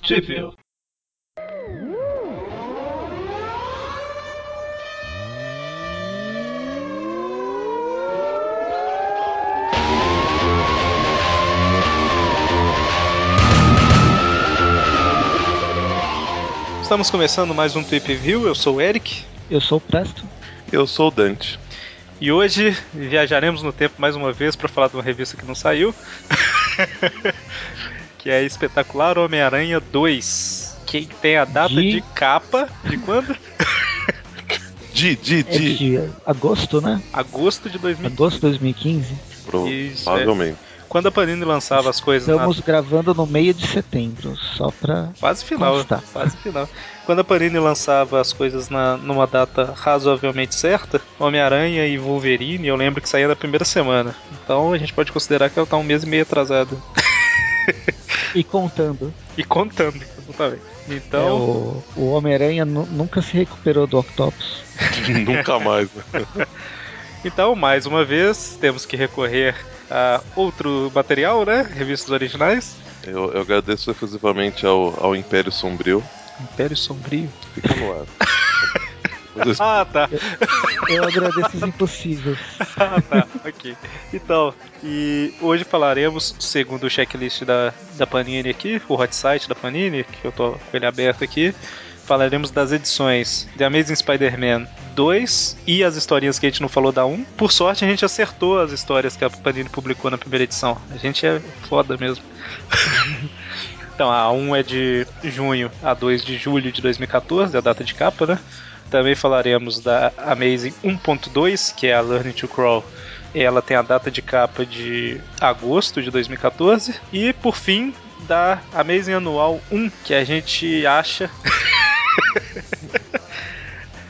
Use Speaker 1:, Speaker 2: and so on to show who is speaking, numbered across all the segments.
Speaker 1: possível. Estamos começando mais um Trip View. Eu sou o Eric.
Speaker 2: Eu sou o Presto.
Speaker 3: Eu sou o Dante.
Speaker 1: E hoje viajaremos no tempo mais uma vez para falar de uma revista que não saiu. que é Espetacular Homem-Aranha 2. Que tem a data de,
Speaker 2: De-
Speaker 1: capa de quando?
Speaker 3: Di, di,
Speaker 2: É
Speaker 3: di.
Speaker 2: de agosto, né?
Speaker 1: Agosto de 2000.
Speaker 2: Agosto de 2015.
Speaker 1: Isso,
Speaker 3: Provavelmente.
Speaker 1: Quando a Panini lançava as coisas na
Speaker 2: Estamos gravando no meio de setembro, só pra.
Speaker 1: Quase final,
Speaker 2: Constar.
Speaker 1: quase final. Quando a Panini lançava as coisas na, numa data razoavelmente certa, Homem-Aranha e Wolverine, eu lembro que saía na primeira semana. Então a gente pode considerar que ela tá um mês e meio atrasada.
Speaker 2: E contando.
Speaker 1: E contando, exatamente.
Speaker 2: É,
Speaker 1: Então,
Speaker 2: o o Homem-Aranha nu- nunca se recuperou do Octopus.
Speaker 3: Nunca mais, né?
Speaker 1: então, mais uma vez, temos que recorrer a outro material, né? Revistas originais.
Speaker 3: Eu, eu agradeço efusivamente ao, ao Império Sombrio.
Speaker 1: Império Sombrio.
Speaker 3: Fica no ar. Depois eu-
Speaker 1: Ah, tá.
Speaker 2: Eu agradeço os impossíveis.
Speaker 1: Ah, tá, ok. Então, e hoje falaremos, segundo o checklist da, da Panini aqui, o hot site da Panini, que eu tô com ele aberto aqui, falaremos das edições The Amazing Spider-Man 2 e as historinhas que a gente não falou da 1. Por sorte, a gente acertou as histórias que a Panini publicou na primeira edição. A gente é foda mesmo. então, a 1 é de junho a 2 de julho de 2014, é a data de capa, né? Também falaremos da Amazing 1.2, que é a Learning to Crawl. Ela tem a data de capa de agosto de 2014. E por fim, da Amazing Anual 1, que a gente acha.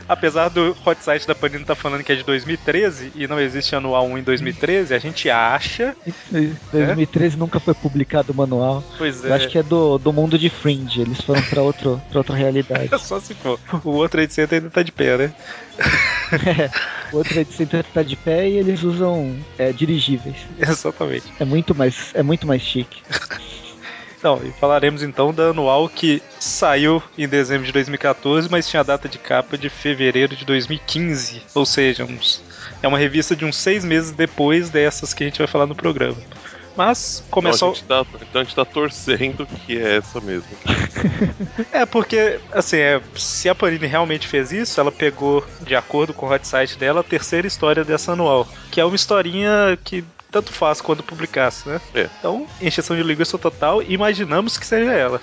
Speaker 1: Apesar do hot site da Panini estar falando que é de 2013 e não existe anual 1 em 2013, a gente acha.
Speaker 2: Em 2013 nunca foi publicado o manual.
Speaker 1: Pois é.
Speaker 2: Eu acho que é do, do mundo de Fringe. Eles foram pra, outro, pra outra realidade.
Speaker 1: só se for. O outro Center ainda tá de pé, né?
Speaker 2: O outro é de sempre tá de pé e eles usam é, dirigíveis.
Speaker 1: Exatamente.
Speaker 2: É muito mais, é muito mais chique.
Speaker 1: Não, e falaremos então da anual que saiu em dezembro de 2014, mas tinha a data de capa de fevereiro de 2015. Ou seja, uns- é uma revista de uns seis meses depois dessas que a gente vai falar no programa. Mas
Speaker 3: então,
Speaker 1: começou.
Speaker 3: a gente tá, então a gente tá torcendo que é essa mesmo.
Speaker 1: É porque, assim, é, se a Panini realmente fez isso, ela pegou, de acordo com o hot site dela, a terceira história dessa anual. Que é uma historinha que tanto faz quando publicasse, né?
Speaker 3: É.
Speaker 1: Então, encheção de linguiça total, imaginamos que seja ela.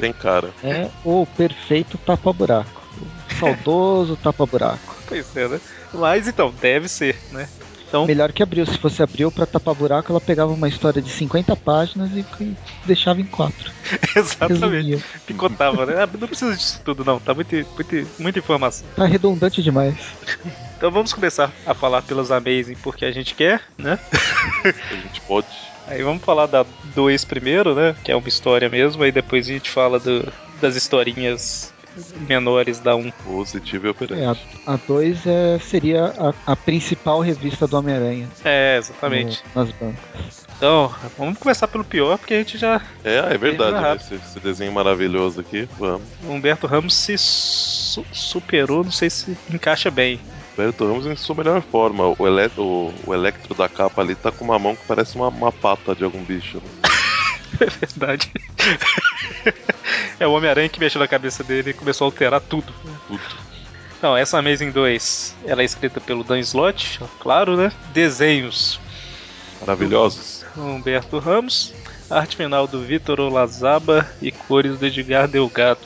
Speaker 3: Tem cara.
Speaker 2: É o perfeito tapa-buraco. O saudoso tapa-buraco.
Speaker 1: Pois é, né? Mas então, deve ser, né? Então,
Speaker 2: Melhor que abriu. Se fosse abriu pra tapar buraco, ela pegava uma história de 50 páginas e e deixava em quatro.
Speaker 1: exatamente,
Speaker 2: Resumia.
Speaker 1: picotava, né? Ah, Não precisa disso tudo, não. Tá muito, muito, muita informação.
Speaker 2: Tá redundante demais.
Speaker 1: Então vamos começar a falar pelas Amazing porque a gente quer, né?
Speaker 3: A gente pode. tipo,
Speaker 1: Aí vamos falar da 2 primeiro, né? Que é uma história mesmo, aí depois a gente fala do, das historinhas menores da 1. Um.
Speaker 3: Positivo e
Speaker 2: É,
Speaker 3: operante.
Speaker 2: a, a 2 é, seria a, a principal revista do Homem-Aranha.
Speaker 1: É,
Speaker 2: no-
Speaker 1: exatamente.
Speaker 2: Nas bancas.
Speaker 1: Então, vamos começar pelo pior, porque a gente já.
Speaker 3: É, ah, é, verdade,
Speaker 1: Bem
Speaker 3: né?
Speaker 1: rápido.
Speaker 3: Esse, esse desenho maravilhoso aqui. Vamos.
Speaker 1: o Humberto Ramos se su- superou, não sei se encaixa bem.
Speaker 3: Humberto Ramos em sua melhor forma. O, ele, o, o Electro da capa ali tá com uma mão que parece uma, uma pata de algum bicho. né?
Speaker 1: Verdade. é o Homem-Aranha que mexeu na cabeça dele e começou a alterar tudo.
Speaker 3: Tudo.
Speaker 1: Não, essa Amazing 2, ela é escrita pelo Dan Slott, claro, né? Desenhos,
Speaker 3: Maravilhosos.
Speaker 1: Humberto Ramos. Arte final do Vitor Olazaba e cores do Edgar Delgado.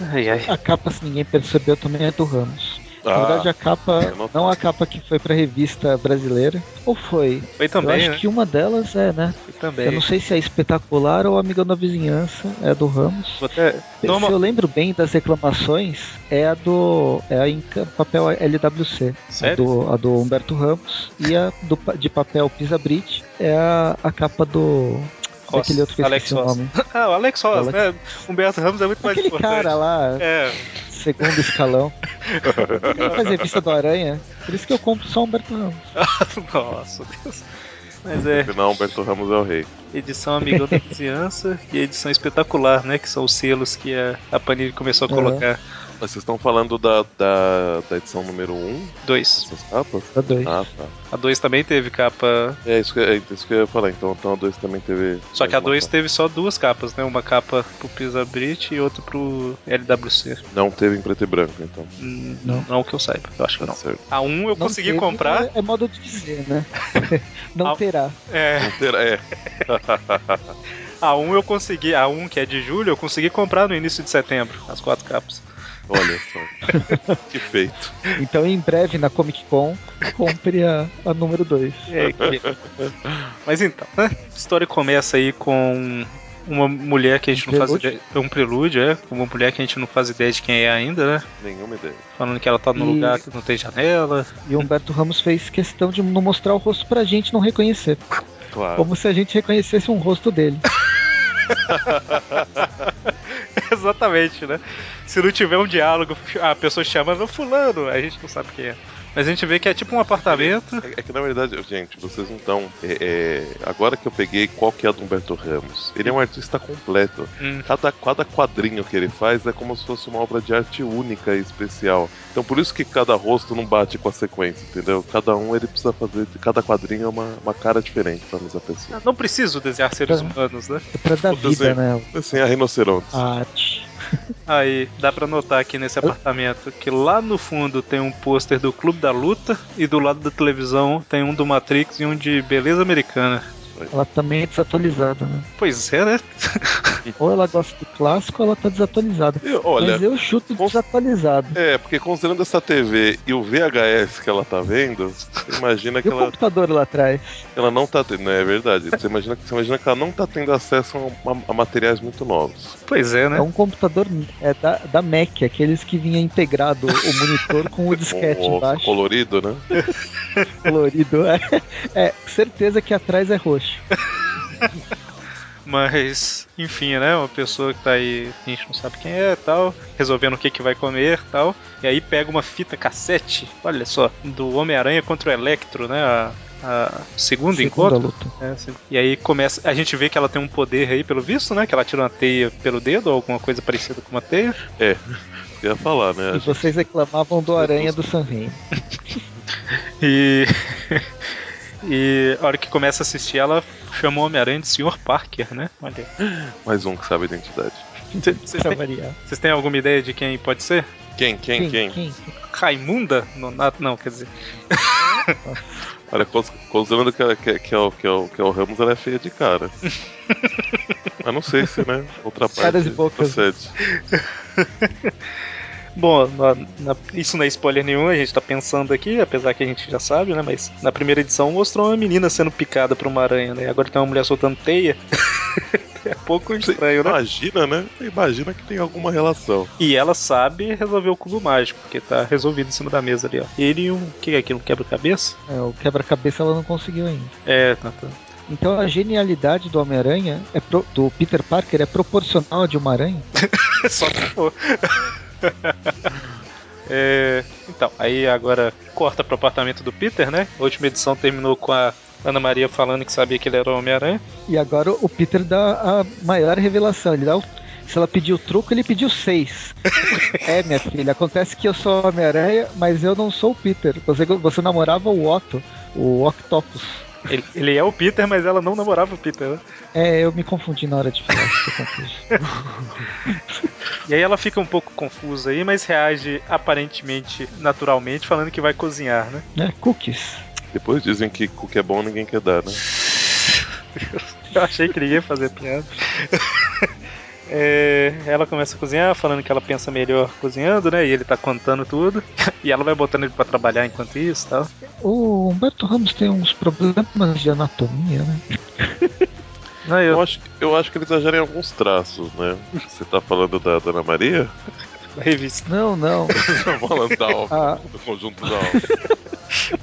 Speaker 1: Ai, ai.
Speaker 2: A capa, se ninguém percebeu, também é do Ramos.
Speaker 1: Tá.
Speaker 2: Na
Speaker 3: Ah.
Speaker 2: verdade, a capa.
Speaker 3: eu não-
Speaker 2: Não a capa que foi pra revista brasileira. Ou foi?
Speaker 1: Foi
Speaker 2: Eu
Speaker 1: também,
Speaker 2: acho
Speaker 1: né?
Speaker 2: que uma delas é, né?
Speaker 1: Foi
Speaker 2: Eu
Speaker 1: também.
Speaker 2: não sei se é espetacular ou amiga da vizinhança, é do Ramos.
Speaker 1: Vou até... Normal-
Speaker 2: Se eu lembro bem das reclamações, é a do. É a em ca- papel LWC. A
Speaker 1: Sério?
Speaker 2: do, a do Humberto Ramos. E a do, pa- de papel Pisa Brit é a, a capa do.
Speaker 1: Ross,
Speaker 2: Daquele outro que eu
Speaker 1: Alex
Speaker 2: esqueci o
Speaker 1: Ross.
Speaker 2: nome.
Speaker 1: Ah, o Alex Ross,
Speaker 2: Alex-
Speaker 1: né? Humberto Ramos é muito mais
Speaker 2: Aquele
Speaker 1: importante.
Speaker 2: cara lá,
Speaker 1: É,
Speaker 2: segundo escalão.
Speaker 1: Ah,
Speaker 2: Ele faz revista do Aranha. Por isso que eu compro só o Humberto Ramos.
Speaker 1: nossa Deus. Mas é,
Speaker 3: Afinal, Humberto Ramos é o rei.
Speaker 1: edição Amigão da Vizinhança e edição espetacular, né? Que são os selos que a, a Panini começou a
Speaker 2: Aham.
Speaker 1: colocar.
Speaker 3: Mas vocês estão falando da, da, da edição número 1?
Speaker 1: Dois.
Speaker 3: Essas capas?
Speaker 2: Tá dois.
Speaker 3: Ah, tá.
Speaker 1: A 2 também teve capa.
Speaker 3: É isso que, é isso que eu ia falar. Então, então a 2 também teve.
Speaker 1: Só que a
Speaker 3: mais uma
Speaker 1: 2
Speaker 3: capa.
Speaker 1: teve só duas capas, né? Uma capa pro Pisa Brit e outra pro LWC.
Speaker 3: Não teve em preto e branco, então.
Speaker 1: Hum,
Speaker 2: Não.
Speaker 1: Não que eu saiba, eu acho que
Speaker 3: Tá
Speaker 1: não.
Speaker 3: certo.
Speaker 1: A 1 um eu
Speaker 2: Não
Speaker 1: consegui
Speaker 2: teve,
Speaker 1: comprar.
Speaker 2: É, é modo de dizer, né? Não
Speaker 1: Ah.
Speaker 2: terá.
Speaker 1: É.
Speaker 3: Não terá- É,
Speaker 1: A 1 eu consegui, a 1 que é de julho, eu consegui comprar no início de setembro, as quatro capas.
Speaker 3: olha só. que feito.
Speaker 2: Então, em breve, na Comic Con, compre a, a número 2.
Speaker 1: É, que- Mas então, né? A história começa aí com uma mulher que a gente
Speaker 2: Um
Speaker 1: não faz
Speaker 2: prelúdio?
Speaker 1: ideia. Um prelúdio, é. Uma mulher que a gente não faz ideia de quem é ainda, né?
Speaker 3: Nenhuma ideia.
Speaker 1: Falando que ela tá num
Speaker 2: E-
Speaker 1: lugar que não tem janela.
Speaker 2: E o Humberto Ramos fez questão de não mostrar o rosto pra gente não reconhecer.
Speaker 3: Claro.
Speaker 2: Como se a gente reconhecesse um rosto dele.
Speaker 1: Exatamente, né? Se não tiver um diálogo, a pessoa chama no fulano, a gente não sabe quem é. Mas a gente vê que é tipo um apartamento.
Speaker 3: É, é que na verdade, gente, vocês não estão. agora que eu peguei qual que é do Humberto Ramos, ele é um artista completo.
Speaker 1: Hum,
Speaker 3: Cada, cada quadrinho que ele faz é como se fosse uma obra de arte única e especial. Então por isso que cada rosto não bate com a sequência, entendeu? Cada um ele precisa fazer. Cada quadrinho é uma, uma cara diferente pra mesma pessoa.
Speaker 1: não preciso desenhar seres
Speaker 2: Tá.
Speaker 1: humanos, né?
Speaker 2: É pra dar
Speaker 3: Puta,
Speaker 2: vida,
Speaker 3: Zé.
Speaker 2: né?
Speaker 3: Assim, a rinoceronte.
Speaker 2: A arte.
Speaker 1: Aí, dá pra notar aqui nesse apartamento que lá no fundo tem um pôster do Clube da Luta e do lado da televisão tem um do Matrix e um de Beleza Americana.
Speaker 2: Ela também é desatualizada, né?
Speaker 1: Pois é, né?
Speaker 2: Ou ela gosta do clássico ou ela tá desatualizada.
Speaker 3: Eu- olha.
Speaker 2: Mas é- eu chuto
Speaker 3: cons-
Speaker 2: desatualizado.
Speaker 3: É, porque considerando essa TV e o VHS que ela tá vendo, você imagina
Speaker 2: E
Speaker 3: que
Speaker 2: o
Speaker 3: ela,
Speaker 2: computador lá atrás?
Speaker 3: ela não tá tendo. Não, é verdade. Você imagina, você imagina que ela não tá tendo acesso a, a- a materiais muito novos.
Speaker 1: Pois é,
Speaker 2: É
Speaker 1: né?
Speaker 2: um computador é, da, da Mac, aqueles que vinha integrado o monitor com o disquete
Speaker 3: Com o
Speaker 2: embaixo,
Speaker 3: Um colorido, né?
Speaker 2: colorido. É, é, certeza que atrás é roxo.
Speaker 1: Mas, enfim, né? Uma pessoa que tá aí, a gente não sabe quem é tal, resolvendo o que, que vai comer tal. E aí pega uma fita cassete, olha só, do Homem-Aranha contra o Electro, né? A, a- o segundo
Speaker 2: Segunda
Speaker 1: encontro.
Speaker 2: luta.
Speaker 1: É, sim. E aí começa. A gente vê que ela tem um poder aí, pelo visto, né? Que ela tira uma teia pelo dedo ou alguma coisa parecida com uma teia.
Speaker 3: Eu ia falar,
Speaker 2: E
Speaker 3: né?
Speaker 2: vocês reclamavam do Aranha do San Remo.
Speaker 1: E. e a hora que começa a assistir, ela chama o Homem-Aranha de Sr. Parker, né? Olha.
Speaker 3: Mais um que sabe a identidade.
Speaker 1: Vocês
Speaker 2: Pra
Speaker 1: têm-
Speaker 2: variar.
Speaker 1: vocês têm alguma ideia de quem pode ser?
Speaker 3: Quem, quem, quem?
Speaker 1: Raimunda? Nonato? Não, quer dizer.
Speaker 3: Olha, cons- considerando que, ela- que, que, é o, que, é o, que é o Ramos, ela é feia de cara. Mas não sei se, né? Outra parte.
Speaker 2: Caras e bocas.
Speaker 3: procede.
Speaker 1: Bom, na- na- isso não é spoiler nenhum, a gente tá pensando aqui, apesar que a gente já sabe, né? Mas na primeira edição mostrou uma menina sendo picada por uma aranha, né? E agora tem uma mulher soltando teia. é pouco estranho, né?
Speaker 3: Imagina, né? Você imagina que tem alguma relação.
Speaker 1: E ela sabe resolver o cubo mágico, porque tá resolvido em cima da mesa ali, ó. Ele e um. O que é aquilo? um Quebra-cabeça?
Speaker 2: É, o quebra-cabeça ela não conseguiu ainda.
Speaker 1: É, tá, tá.
Speaker 2: Então a genialidade do Homem-Aranha, é pro- do Peter Parker, é proporcional à de uma aranha?
Speaker 1: Só que for. É, então, aí agora corta pro apartamento do Peter, né? A última edição terminou com a Ana Maria falando que sabia que ele era o Homem-Aranha.
Speaker 2: E agora o Peter dá a maior revelação. Ele dá o- Se ela pediu o truco, ele pediu seis. é, minha filha, acontece que eu sou o Homem-Aranha, mas eu não sou o Peter. Você, você namorava o Otto, o Octopus.
Speaker 1: Ele, ele é o Peter, mas ela não namorava o Peter, né?
Speaker 2: É, eu me confundi na hora de falar. fiquei confuso.
Speaker 1: E aí ela fica um pouco confusa aí, mas reage aparentemente naturalmente, falando que vai cozinhar, né?
Speaker 2: né? Cookies.
Speaker 3: Depois dizem que o que é bom ninguém quer dar, né?
Speaker 1: Eu achei que ele ia fazer piada. É, ela começa a cozinhar, falando que ela pensa melhor cozinhando, né? E ele tá contando tudo. E ela vai botando ele pra trabalhar enquanto isso e tal.
Speaker 2: O Humberto Ramos tem uns problemas de anatomia, né?
Speaker 1: Não,
Speaker 3: Eu
Speaker 1: eu
Speaker 3: acho, que- eu acho que eles exagerem alguns traços, né? Você tá falando da da Ana Maria?
Speaker 1: da revista.
Speaker 2: Não, não.
Speaker 3: Tá falando da obra,
Speaker 1: Ah.
Speaker 2: A,
Speaker 3: do conjunto da obra.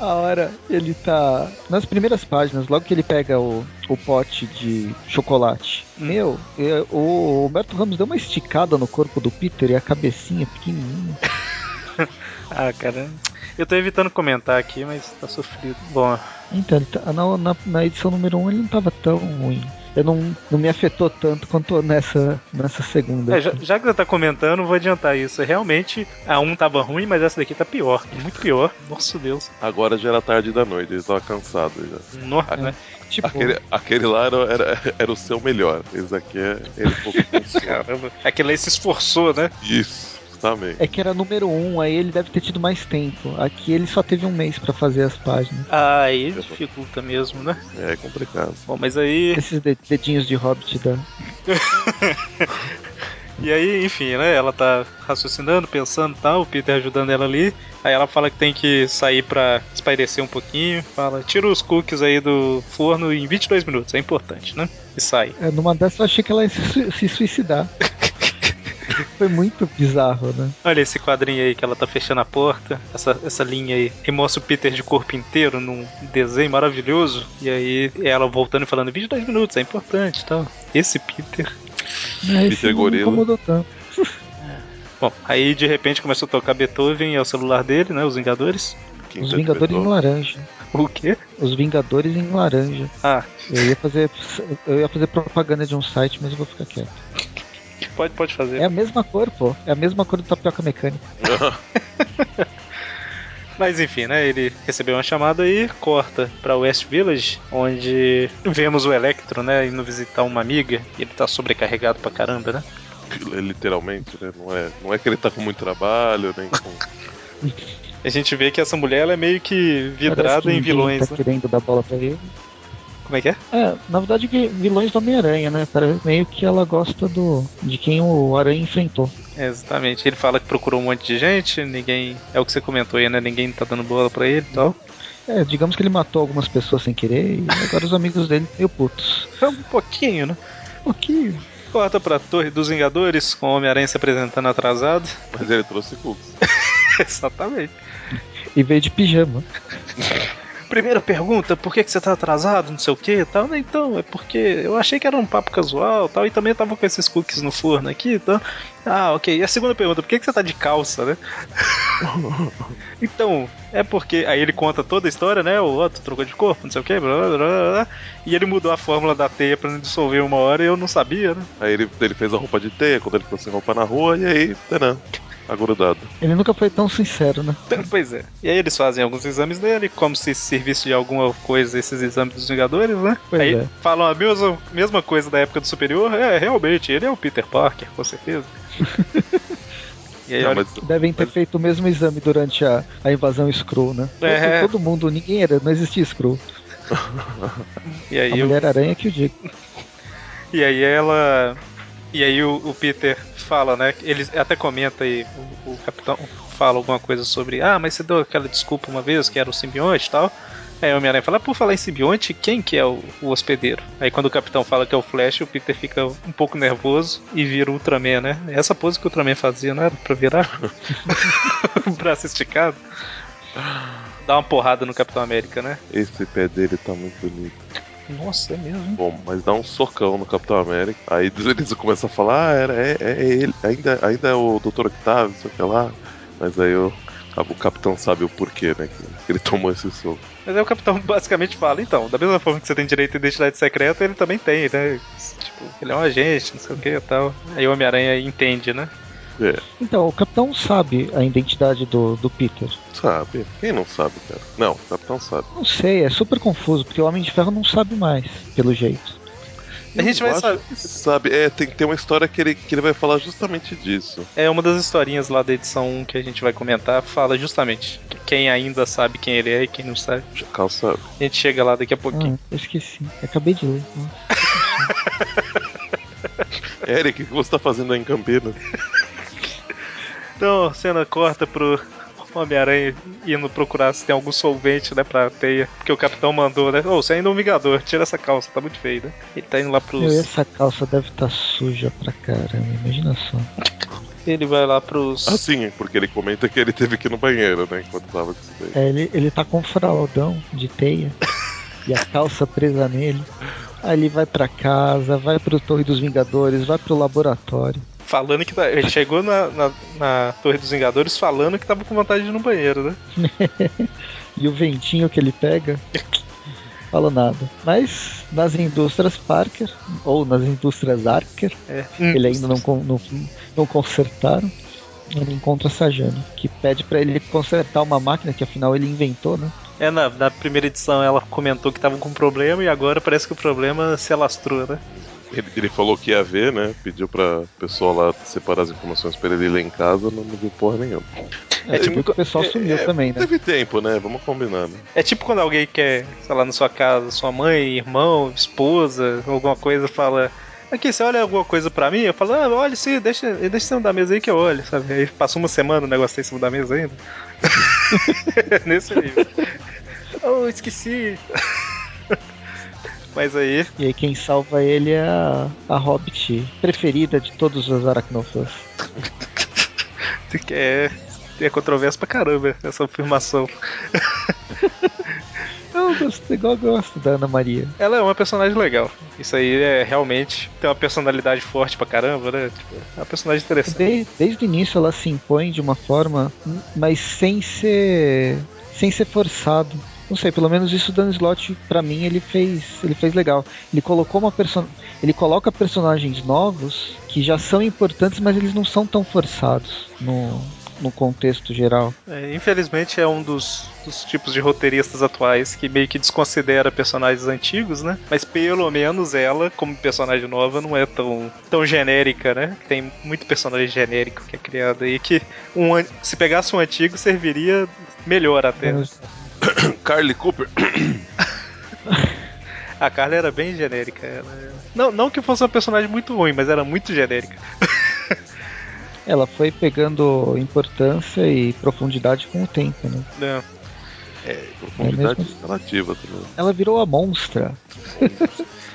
Speaker 2: a hora ele tá. Nas primeiras páginas, logo que ele pega o, o pote de chocolate.
Speaker 1: Hum.
Speaker 2: Meu, é, o Humberto Ramos deu uma esticada no corpo do Peter e a cabecinha pequenininha.
Speaker 1: Ah, cara. Eu tô evitando comentar aqui, mas tá sofrido. Bom,
Speaker 2: Então, ele tá- na, na- na edição número 1 um, ele não tava tão ruim. Eu não, não me afetou tanto quanto nessa, nessa segunda.
Speaker 1: é, já, já que você tá comentando, vou adiantar isso. Realmente, a 1 tava ruim, mas essa daqui tá pior. Muito pior. Nossa Deus.
Speaker 3: Agora já era tarde da noite, ele tava cansado já.
Speaker 1: Nossa, né?
Speaker 2: tipo,
Speaker 3: Aquele, aquele lá era, era, era o seu melhor. Esse aqui é ele um pouco com sono.
Speaker 1: Caramba. Aquele aí se esforçou, né?
Speaker 3: Isso, também.
Speaker 2: É que era número 1, um, aí ele deve ter tido mais tempo. Aqui ele só teve um mês pra fazer as páginas.
Speaker 1: Aí dificulta mesmo, né?
Speaker 3: É complicado.
Speaker 1: Bom, mas aí.
Speaker 2: Esses de- dedinhos de hobbit da.
Speaker 1: E aí, enfim, né? Ela tá raciocinando, pensando e tal, o Peter ajudando ela ali. Aí ela fala que tem que sair pra espairecer um pouquinho. Fala, tira os cookies aí do forno em 22 minutos, é importante, né? E sai.
Speaker 2: É, numa dessas eu achei que ela ia se, sui- se suicidar. Foi muito bizarro, né?
Speaker 1: Olha esse quadrinho aí que ela tá fechando a porta, essa, essa linha aí. E mostra o Peter de corpo inteiro num desenho maravilhoso. E aí ela voltando e falando, 22 minutos, é importante e tal. Esse Peter.
Speaker 2: Mas
Speaker 3: Peter
Speaker 2: isso não
Speaker 3: Gorila.
Speaker 2: incomodou tanto.
Speaker 1: Bom, aí de repente começou a tocar Beethoven e é o celular dele, né? Os Vingadores.
Speaker 3: Quinta
Speaker 2: Os
Speaker 3: tá de
Speaker 2: Vingadores em
Speaker 3: Beethoven.
Speaker 2: laranja.
Speaker 1: O quê?
Speaker 2: Os Vingadores em laranja.
Speaker 1: Ah,
Speaker 2: Eu ia fazer, eu ia fazer propaganda de um site, mas eu vou ficar quieto.
Speaker 1: pode, pode fazer.
Speaker 2: É a mesma cor, pô. É a mesma cor do tapioca mecânica.
Speaker 1: Mas enfim, né? Ele recebeu uma chamada e corta pra West Village, onde vemos o Electro, né? Indo visitar uma amiga. E ele tá sobrecarregado pra caramba, né?
Speaker 3: é Literalmente, né? Não é, não é que ele tá com muito trabalho, nem com.
Speaker 1: A gente vê que essa mulher ela é meio que
Speaker 2: Parece que
Speaker 1: vidrada em
Speaker 2: ninguém
Speaker 1: vilões,
Speaker 2: Tá
Speaker 1: né?
Speaker 2: querendo dar bola pra ele.
Speaker 1: Como é que é?
Speaker 2: É, na verdade, que vilões do Homem-Aranha, né? Cara, meio que ela gosta do de quem o Aranha enfrentou.
Speaker 1: Exatamente. Ele fala que procurou um monte de gente, ninguém. É o que você comentou aí, né? Ninguém tá dando bola pra ele e tal.
Speaker 2: É, digamos que ele matou algumas pessoas sem querer e agora os amigos dele meio putos.
Speaker 1: É um pouquinho, né?
Speaker 2: O que?
Speaker 1: Corta pra Torre dos Vingadores, com o Homem-Aranha se apresentando atrasado.
Speaker 3: Mas ele trouxe cookies.
Speaker 1: Exatamente.
Speaker 2: E veio de pijama.
Speaker 1: Primeira pergunta, por que, que você tá atrasado, não sei o que e tal, né? Então, é porque eu achei que era um papo casual tal, e também eu tava com esses cookies no forno aqui e tal. Ah, ok. E a segunda pergunta, por que, que você tá de calça, né? então, é porque. Aí ele conta toda a história, né? O outro trocou de corpo, não sei o que, blá, blá, blá, blá, blá. e ele mudou a fórmula da teia pra não dissolver uma hora e eu não sabia, né?
Speaker 3: Aí ele, ele fez a roupa de teia quando ele ficou sem roupa na rua, e aí, tá tanã, agorudado.
Speaker 2: Ele nunca foi tão sincero, né?
Speaker 1: Então, pois é. E aí eles fazem alguns exames dele, como se servisse de alguma coisa esses exames dos Vingadores, né?
Speaker 2: Pois
Speaker 1: aí
Speaker 2: é.
Speaker 1: falam a mesma, mesma coisa da época do Superior. É, realmente, ele é o Peter Parker, com certeza. e aí,
Speaker 3: Não,
Speaker 1: olha,
Speaker 3: mas
Speaker 2: Devem ter feito o mesmo exame durante a, a invasão Screw, né?
Speaker 1: É.
Speaker 2: Todo, todo mundo, ninguém era, não existia Screw.
Speaker 1: e aí
Speaker 2: A
Speaker 1: eu-
Speaker 2: Mulher-Aranha que o diga.
Speaker 1: E aí ela. E aí o, o Peter fala, né? Ele até comenta aí, o, o capitão fala alguma coisa sobre. Ah, mas você deu aquela desculpa uma vez que era o simbionte e tal. Aí o Homem-Aranha fala, "Ah, por falar em simbionte, quem que é o, o hospedeiro? Aí quando o capitão fala que é o Flash, o Peter fica um pouco nervoso e vira o Ultraman, né? Essa pose que o Ultraman fazia, não era pra virar? o braço esticado. Dá uma porrada no Capitão América, né?
Speaker 3: esse pé dele tá muito bonito.
Speaker 1: Nossa, é mesmo, hein?
Speaker 3: Bom, mas dá um socão no Capitão América. Aí eles começam a falar, ah, era, é, é ele, ainda, ainda é o Dr. Octavio, sei o que lá. Mas aí o, o capitão sabe o porquê, né? Que ele tomou esse soco.
Speaker 1: Mas aí o capitão basicamente fala, então, da mesma forma que você tem direito à identidade secreta, ele também tem, né? Tipo, ele é um agente, não sei o que e tal. Aí o Homem-Aranha entende, né?
Speaker 3: É,
Speaker 2: Então, o Capitão sabe a identidade do, do Peter.
Speaker 3: sabe. Quem não sabe, cara? Não, o capitão sabe.
Speaker 2: Não sei, é super confuso, porque o Homem de Ferro não sabe mais, pelo jeito.
Speaker 1: A gente
Speaker 3: Eu
Speaker 1: vai
Speaker 3: acho
Speaker 1: saber.
Speaker 3: que Sabe, é, tem, tem uma história que ele, que ele vai falar justamente disso.
Speaker 1: É uma das historinhas lá da edição 1 que a gente vai comentar, fala justamente que quem ainda sabe quem ele é e quem não sabe.
Speaker 3: O Chacal sabe.
Speaker 1: A gente chega lá daqui a pouquinho.
Speaker 2: Ah, eu esqueci. Eu acabei de ler. Nossa.
Speaker 3: Eric, o que você tá fazendo aí em Campinas?
Speaker 1: Então, cena corta pro Homem-Aranha indo procurar se tem algum solvente, né, pra teia. Porque o capitão mandou, né? Ô, você ainda é um vingador, tira essa calça, tá muito feio, né? Ele tá indo lá pros.
Speaker 2: Meu, essa calça deve estar suja pra caramba, imagina só.
Speaker 1: Ele vai lá pros.
Speaker 3: Ah, sim, porque ele comenta que ele teve que ir no banheiro, né? Enquanto tava com isso daí.
Speaker 2: É, ele, ele tá com um fraldão de teia e a calça presa nele. Aí ele vai pra casa, vai pro Torre dos Vingadores, vai pro laboratório.
Speaker 1: Falando que tá- ele chegou na, na, na Torre dos Vingadores falando que tava com vontade de ir no banheiro, né?
Speaker 2: E o ventinho que ele pega. Falo nada. Mas nas indústrias Parker, ou nas indústrias Arker,
Speaker 1: É.
Speaker 2: ele ainda não, con- não, não consertaram. Ele encontra a Sajana, que pede pra ele consertar uma máquina que afinal ele inventou, né?
Speaker 1: É, na, na primeira edição ela comentou que tava com problema e agora parece que o problema se alastrou, né?
Speaker 3: Ele, ele falou que ia ver, né? Pediu pra pessoa lá separar as informações pra ele ler em casa, não viu porra nenhuma.
Speaker 2: É,
Speaker 3: É,
Speaker 2: tipo que o pessoal
Speaker 3: é,
Speaker 2: sumiu
Speaker 3: é,
Speaker 2: também, né?
Speaker 3: Teve tempo, né? Vamos combinar, né?
Speaker 1: É tipo quando alguém quer, sei lá, na sua casa, sua mãe, irmão, esposa, alguma coisa, fala. Aqui, você olha alguma coisa pra mim? Eu falo, ah, olha sim, deixa, deixa em cima da mesa aí que eu olho, sabe? Aí passou uma semana o negócio tá em cima da mesa ainda. Nesse nível. Oh, esqueci. Mas aí,
Speaker 2: E aí quem salva ele é a, a Hobbit preferida de todos os aracnofãs.
Speaker 1: é, é controvérsia pra caramba essa afirmação.
Speaker 2: Eu gosto, igual eu gosto da Ana Maria.
Speaker 1: Ela é uma personagem legal. Isso aí é realmente. Tem uma personalidade forte pra caramba, né? Tipo, é uma personagem interessante.
Speaker 2: De- desde o início ela se impõe de uma forma, mas sem ser sem ser forçado. Não sei, pelo menos isso o Dan Slott pra mim ele fez, ele fez legal. Ele colocou uma perso ele coloca personagens novos que já são importantes, mas eles não são tão forçados no, no contexto geral.
Speaker 1: É, infelizmente é um dos, dos tipos de roteiristas atuais que meio que desconsidera personagens antigos, né? Mas pelo menos ela, como personagem nova, não é tão, tão genérica, né? Tem muito personagem genérico que é criado aí que um, an- se pegasse um antigo serviria melhor até.
Speaker 2: Então,
Speaker 1: né?
Speaker 3: Carly Cooper.
Speaker 1: A Carla era bem genérica. Ela... é- Não, não que fosse uma personagem muito ruim, mas era muito genérica.
Speaker 2: Ela foi pegando importância e profundidade com o tempo, né?
Speaker 1: Né?
Speaker 3: Profundidade
Speaker 2: É
Speaker 3: relativa também.
Speaker 2: Ela virou a monstra.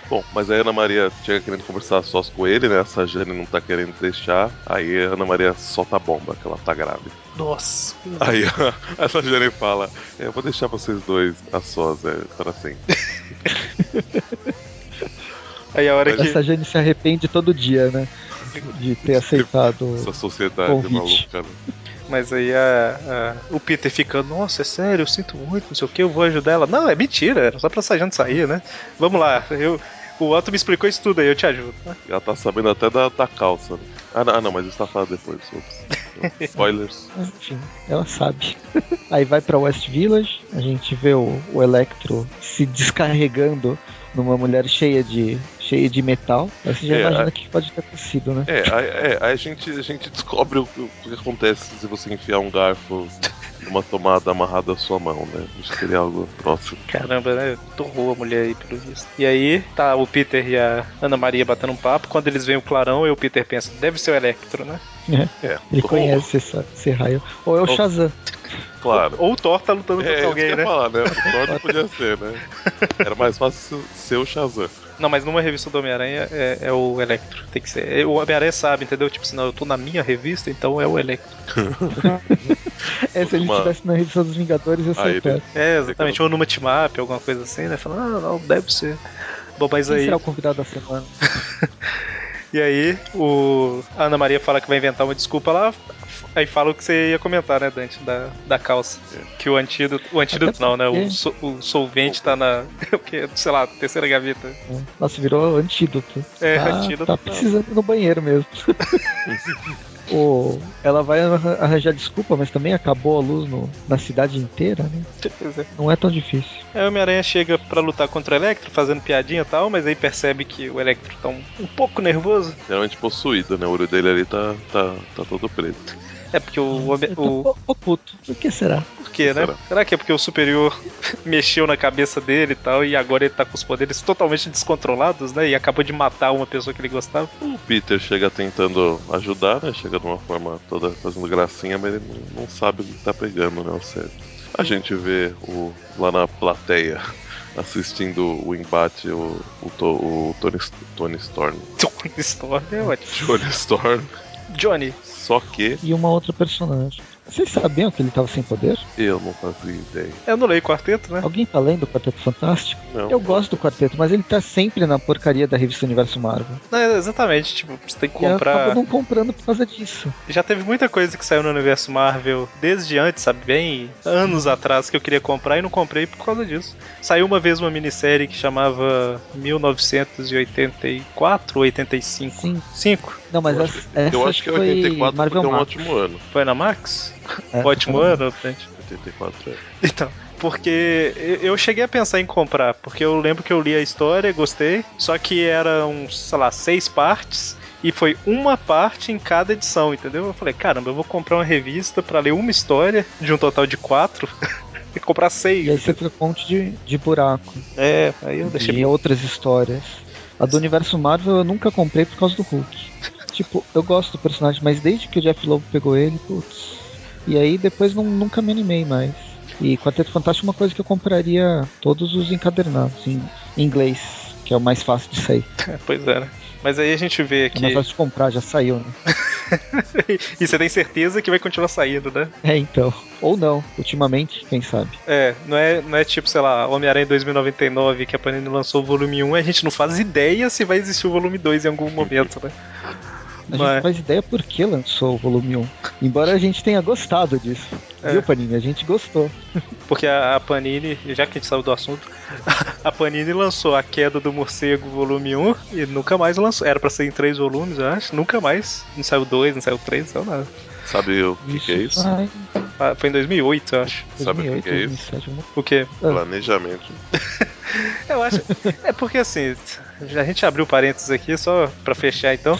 Speaker 3: Bom, mas aí a Ana Maria chega querendo conversar sós com ele, né? A Sajane não tá querendo deixar. Aí a Ana Maria solta a bomba, que ela tá grávida.
Speaker 1: Nossa.
Speaker 3: Aí a, a Sajane fala: é, Eu vou deixar vocês dois a sós, é, para sempre.
Speaker 1: Aí a hora
Speaker 3: Mas
Speaker 1: que.
Speaker 2: Essa Jane se arrepende todo dia, né? De ter aceitado.
Speaker 3: Essa sociedade
Speaker 2: Convite.
Speaker 3: maluca. né?
Speaker 1: Mas aí a, a- o Peter fica, nossa, é sério, eu sinto muito, não sei o que, eu vou ajudar ela. Não, é mentira, era só pra essa gente sair, né? Vamos lá, eu, o Otto me explicou isso tudo aí, eu te ajudo. "Ah,
Speaker 3: Ela tá sabendo até da, da calça. né? Ah, não, ah, não, mas isso tá falando depois. Ops. Spoilers.
Speaker 2: Mas enfim, ela sabe. Aí vai pra West Village, a gente vê o, o Electro se descarregando numa mulher cheia de cheia de metal. Aí você já
Speaker 3: É,
Speaker 2: imagina
Speaker 3: a-
Speaker 2: o que pode ter acontecido, né?
Speaker 3: É, aí, é, aí a, gente, a gente descobre o, que- o que acontece se você enfiar um garfo numa tomada amarrada à sua mão, né? Acho que seria algo próximo.
Speaker 1: Caramba, né? Torrou a mulher aí, pelo visto. E aí tá o Peter e a Ana Maria batendo um papo. Quando eles veem o clarão, eu, o Peter pensa, deve ser o Electro, né?
Speaker 3: É,
Speaker 2: Ele
Speaker 3: tô-
Speaker 2: conhece essa, esse raio. Ou é o
Speaker 3: Oh.
Speaker 2: Shazam.
Speaker 3: Claro.
Speaker 1: Ou o Thor tá lutando
Speaker 3: É,
Speaker 1: contra
Speaker 3: isso que eu
Speaker 1: alguém,
Speaker 3: ia
Speaker 1: né?
Speaker 3: falar, né? O Thor não podia ser, né? Era mais fácil ser o Shazam.
Speaker 1: Não, mas numa revista do Homem-Aranha é, é o Electro. Tem que ser. O Homem-Aranha sabe, entendeu? Tipo, se não, eu tô na minha revista, então é o Electro.
Speaker 2: É, se ele
Speaker 3: Uma-
Speaker 2: estivesse na revista dos Vingadores, eu
Speaker 3: Aí
Speaker 2: sei
Speaker 3: ele-
Speaker 1: É, exatamente. Ou numa team-up, alguma coisa assim, né? Falando, ah, não, deve ser. Bom, mas
Speaker 2: Quem
Speaker 1: aí.
Speaker 2: será o convidado da semana?
Speaker 1: E aí, o a Ana Maria fala que vai inventar uma desculpa lá. Aí fala o que você ia comentar, né, Dante, da, da calça. Que o antídoto. O antídoto
Speaker 2: Até
Speaker 1: não, né? O,
Speaker 2: porque-
Speaker 1: so- o solvente tá na. O quê? Sei lá, terceira gaveta.
Speaker 2: né? Nossa, virou antídoto.
Speaker 1: É,
Speaker 2: tá,
Speaker 1: antídoto.
Speaker 2: tá precisando ir no banheiro mesmo. O- ela vai arran- arranjar desculpa, mas também acabou a luz no- na cidade inteira, né?
Speaker 1: Pois é.
Speaker 2: Não é tão difícil.
Speaker 1: Aí o Homem-Aranha chega pra lutar contra o Electro, fazendo piadinha e tal, mas aí percebe que o Electro tá um, um pouco nervoso.
Speaker 3: Geralmente possuído, né? O olho dele ali tá, tá, tá todo preto.
Speaker 1: É porque o. Homem-
Speaker 2: Eu
Speaker 1: o
Speaker 2: tô um po- po- tá puto. Por que será?
Speaker 1: Por quê, né?
Speaker 3: Será?
Speaker 1: Será? que é porque o superior mexeu na cabeça dele e tal, e agora ele tá com os poderes totalmente descontrolados, né? E acabou de matar uma pessoa que ele gostava?
Speaker 3: O Peter chega tentando ajudar, né? Chega de uma forma toda fazendo gracinha, mas ele não, não sabe o que tá pegando, né? O certo. A gente vê o, lá na plateia assistindo o embate o, o, To- o Tony, Tony Storm.
Speaker 1: Tony Storm Então, é ótimo.
Speaker 3: Tony Storm.
Speaker 1: Johnny,
Speaker 3: Só que
Speaker 2: E uma outra personagem. Vocês sabiam que ele tava sem poder?
Speaker 3: Eu não fazia ideia.
Speaker 1: Eu não leio quarteto, né?
Speaker 2: Alguém tá lendo o Quarteto Fantástico?
Speaker 3: É. Não.
Speaker 2: Eu gosto do quarteto, mas ele tá sempre na porcaria da revista Universo Marvel.
Speaker 1: Não, exatamente, tipo, você tem que
Speaker 2: E eu acabo
Speaker 1: comprar.
Speaker 2: não comprando por causa disso.
Speaker 1: Já teve muita coisa que saiu no universo Marvel desde antes, sabe? Bem anos atrás que eu queria comprar e não comprei por causa disso. Saiu uma vez uma minissérie que chamava 1984 ou 85?
Speaker 2: Sim.
Speaker 1: 5?
Speaker 2: Não, mas
Speaker 3: eu
Speaker 2: essa,
Speaker 3: acho,
Speaker 2: essa
Speaker 3: eu acho que é
Speaker 2: foi
Speaker 3: 84
Speaker 2: Marvel
Speaker 3: porque é um
Speaker 2: Max.
Speaker 3: ótimo um ano.
Speaker 1: Foi na Max?
Speaker 2: É,
Speaker 1: Ótimo
Speaker 2: foi.
Speaker 1: ano, né? gente.
Speaker 3: 84 é.
Speaker 1: Então, porque eu- eu cheguei a pensar em comprar, porque eu lembro que eu li a história, gostei, só que eram, sei lá, seis partes. E foi uma parte em cada edição, entendeu? Eu falei, caramba, eu vou comprar uma revista pra ler uma história de um total de quatro e comprar
Speaker 2: E aí
Speaker 1: seis.
Speaker 2: você fica com um monte de, de buraco.
Speaker 1: É, aí eu deixei.
Speaker 2: E outras histórias. A do universo Marvel eu nunca comprei por causa do Hulk. tipo, eu gosto do personagem, mas desde que o Jeff Lobo pegou ele, putz. E aí depois não- nunca me animei mais. E Quarteto Fantástico é uma coisa que eu compraria todos os encadernados em em inglês, que é o mais fácil de sair.
Speaker 1: Pois é, né? Mas aí a gente vê
Speaker 2: É
Speaker 1: que.
Speaker 2: mais fácil de comprar, já saiu, né?
Speaker 1: e você tem certeza que vai continuar saindo, né?
Speaker 2: É, então. Ou não, ultimamente, quem sabe.
Speaker 1: É, não é, não é tipo, sei lá, Homem-Aranha 2099, que a Panini lançou o volume 1, a gente não faz ideia se vai existir o volume 2 em algum momento, né?
Speaker 2: A gente
Speaker 1: Mas-
Speaker 2: não faz ideia por que lançou o volume 1. Embora a gente tenha gostado disso.
Speaker 1: É.
Speaker 2: Viu, Panini? A gente gostou.
Speaker 1: Porque a, a Panini, já que a gente saiu do assunto, a Panini lançou A Queda do Morcego, volume 1, e nunca mais lançou. Era pra ser em três volumes, eu acho. Nunca mais. Não saiu dois, não saiu três, não saiu nada.
Speaker 3: Sabe o que, que é isso?
Speaker 2: Ai,
Speaker 1: Ah, Foi em 2008, eu acho.
Speaker 3: Sabe o que
Speaker 2: 2008,
Speaker 3: que é isso?
Speaker 2: 2007, alguma
Speaker 1: O quê?
Speaker 2: Ah.
Speaker 3: Planejamento.
Speaker 1: Eu acho. É porque assim, a gente abriu parênteses aqui só pra fechar então.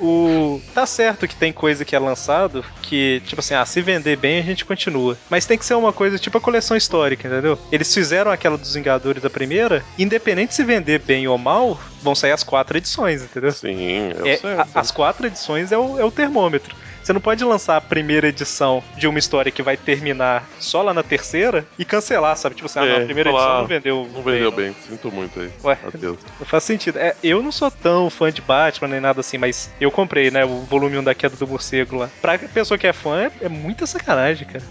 Speaker 1: O tá certo que tem coisa que é lançado que tipo assim, ah, se vender bem a gente continua. Mas tem que ser uma coisa tipo a coleção histórica, entendeu? Eles fizeram aquela dos Vingadores da primeira, independente se vender bem ou mal, vão sair as quatro edições, entendeu?
Speaker 3: Sim, eu
Speaker 1: É,
Speaker 3: sei.
Speaker 1: a- as quatro edições é o, é o termômetro. Você não pode lançar a primeira edição de uma história que vai terminar só lá na terceira e cancelar, sabe? Tipo assim, ah, não, a
Speaker 3: É,
Speaker 1: primeira
Speaker 3: falar,
Speaker 1: edição não vendeu.
Speaker 3: Não vendeu
Speaker 1: não.
Speaker 3: bem, sinto muito aí.
Speaker 1: Ué,
Speaker 3: Adeus.
Speaker 1: não faz sentido. É, eu não sou tão fã de Batman nem nada assim, mas eu comprei, né, o volume 1 da Queda do Morcego lá. Pra pessoa que é fã, é, é muita sacanagem, cara.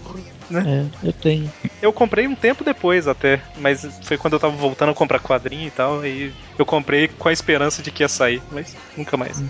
Speaker 2: É, eu tenho.
Speaker 1: Eu comprei um tempo depois até, mas foi quando eu tava voltando a comprar quadrinho e tal, aí eu comprei com a esperança de que ia sair, mas nunca mais.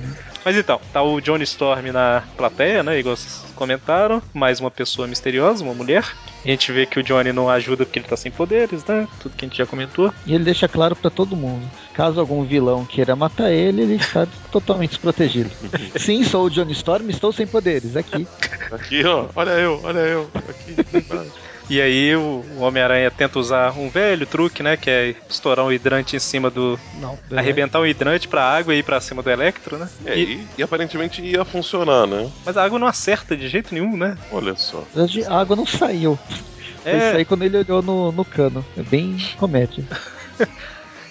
Speaker 1: Mas então, tá o Johnny Storm na plateia, né, igual vocês comentaram, mais uma pessoa misteriosa, uma mulher. A gente vê que o Johnny não ajuda porque ele tá sem poderes, né, tudo que a gente já comentou.
Speaker 2: E ele deixa claro pra todo mundo. Caso algum vilão queira matar ele, ele está totalmente desprotegido. Sim, sou o Johnny Storm, estou sem poderes. Aqui.
Speaker 3: Aqui, ó. Olha eu, olha eu. Aqui. embaixo.
Speaker 1: E aí o o Homem-Aranha tenta usar um velho truque, né? Que é estourar um hidrante em cima do.
Speaker 2: Não.
Speaker 1: Arrebentar um hidrante pra água e ir pra cima do Electro, né?
Speaker 3: É,
Speaker 1: E-
Speaker 3: e, e aparentemente ia funcionar, né?
Speaker 1: mas a água não acerta de jeito nenhum, né?
Speaker 3: Olha só.
Speaker 2: A água não saiu. Foi
Speaker 1: É.
Speaker 2: sair quando ele olhou no, no cano. É bem comédia.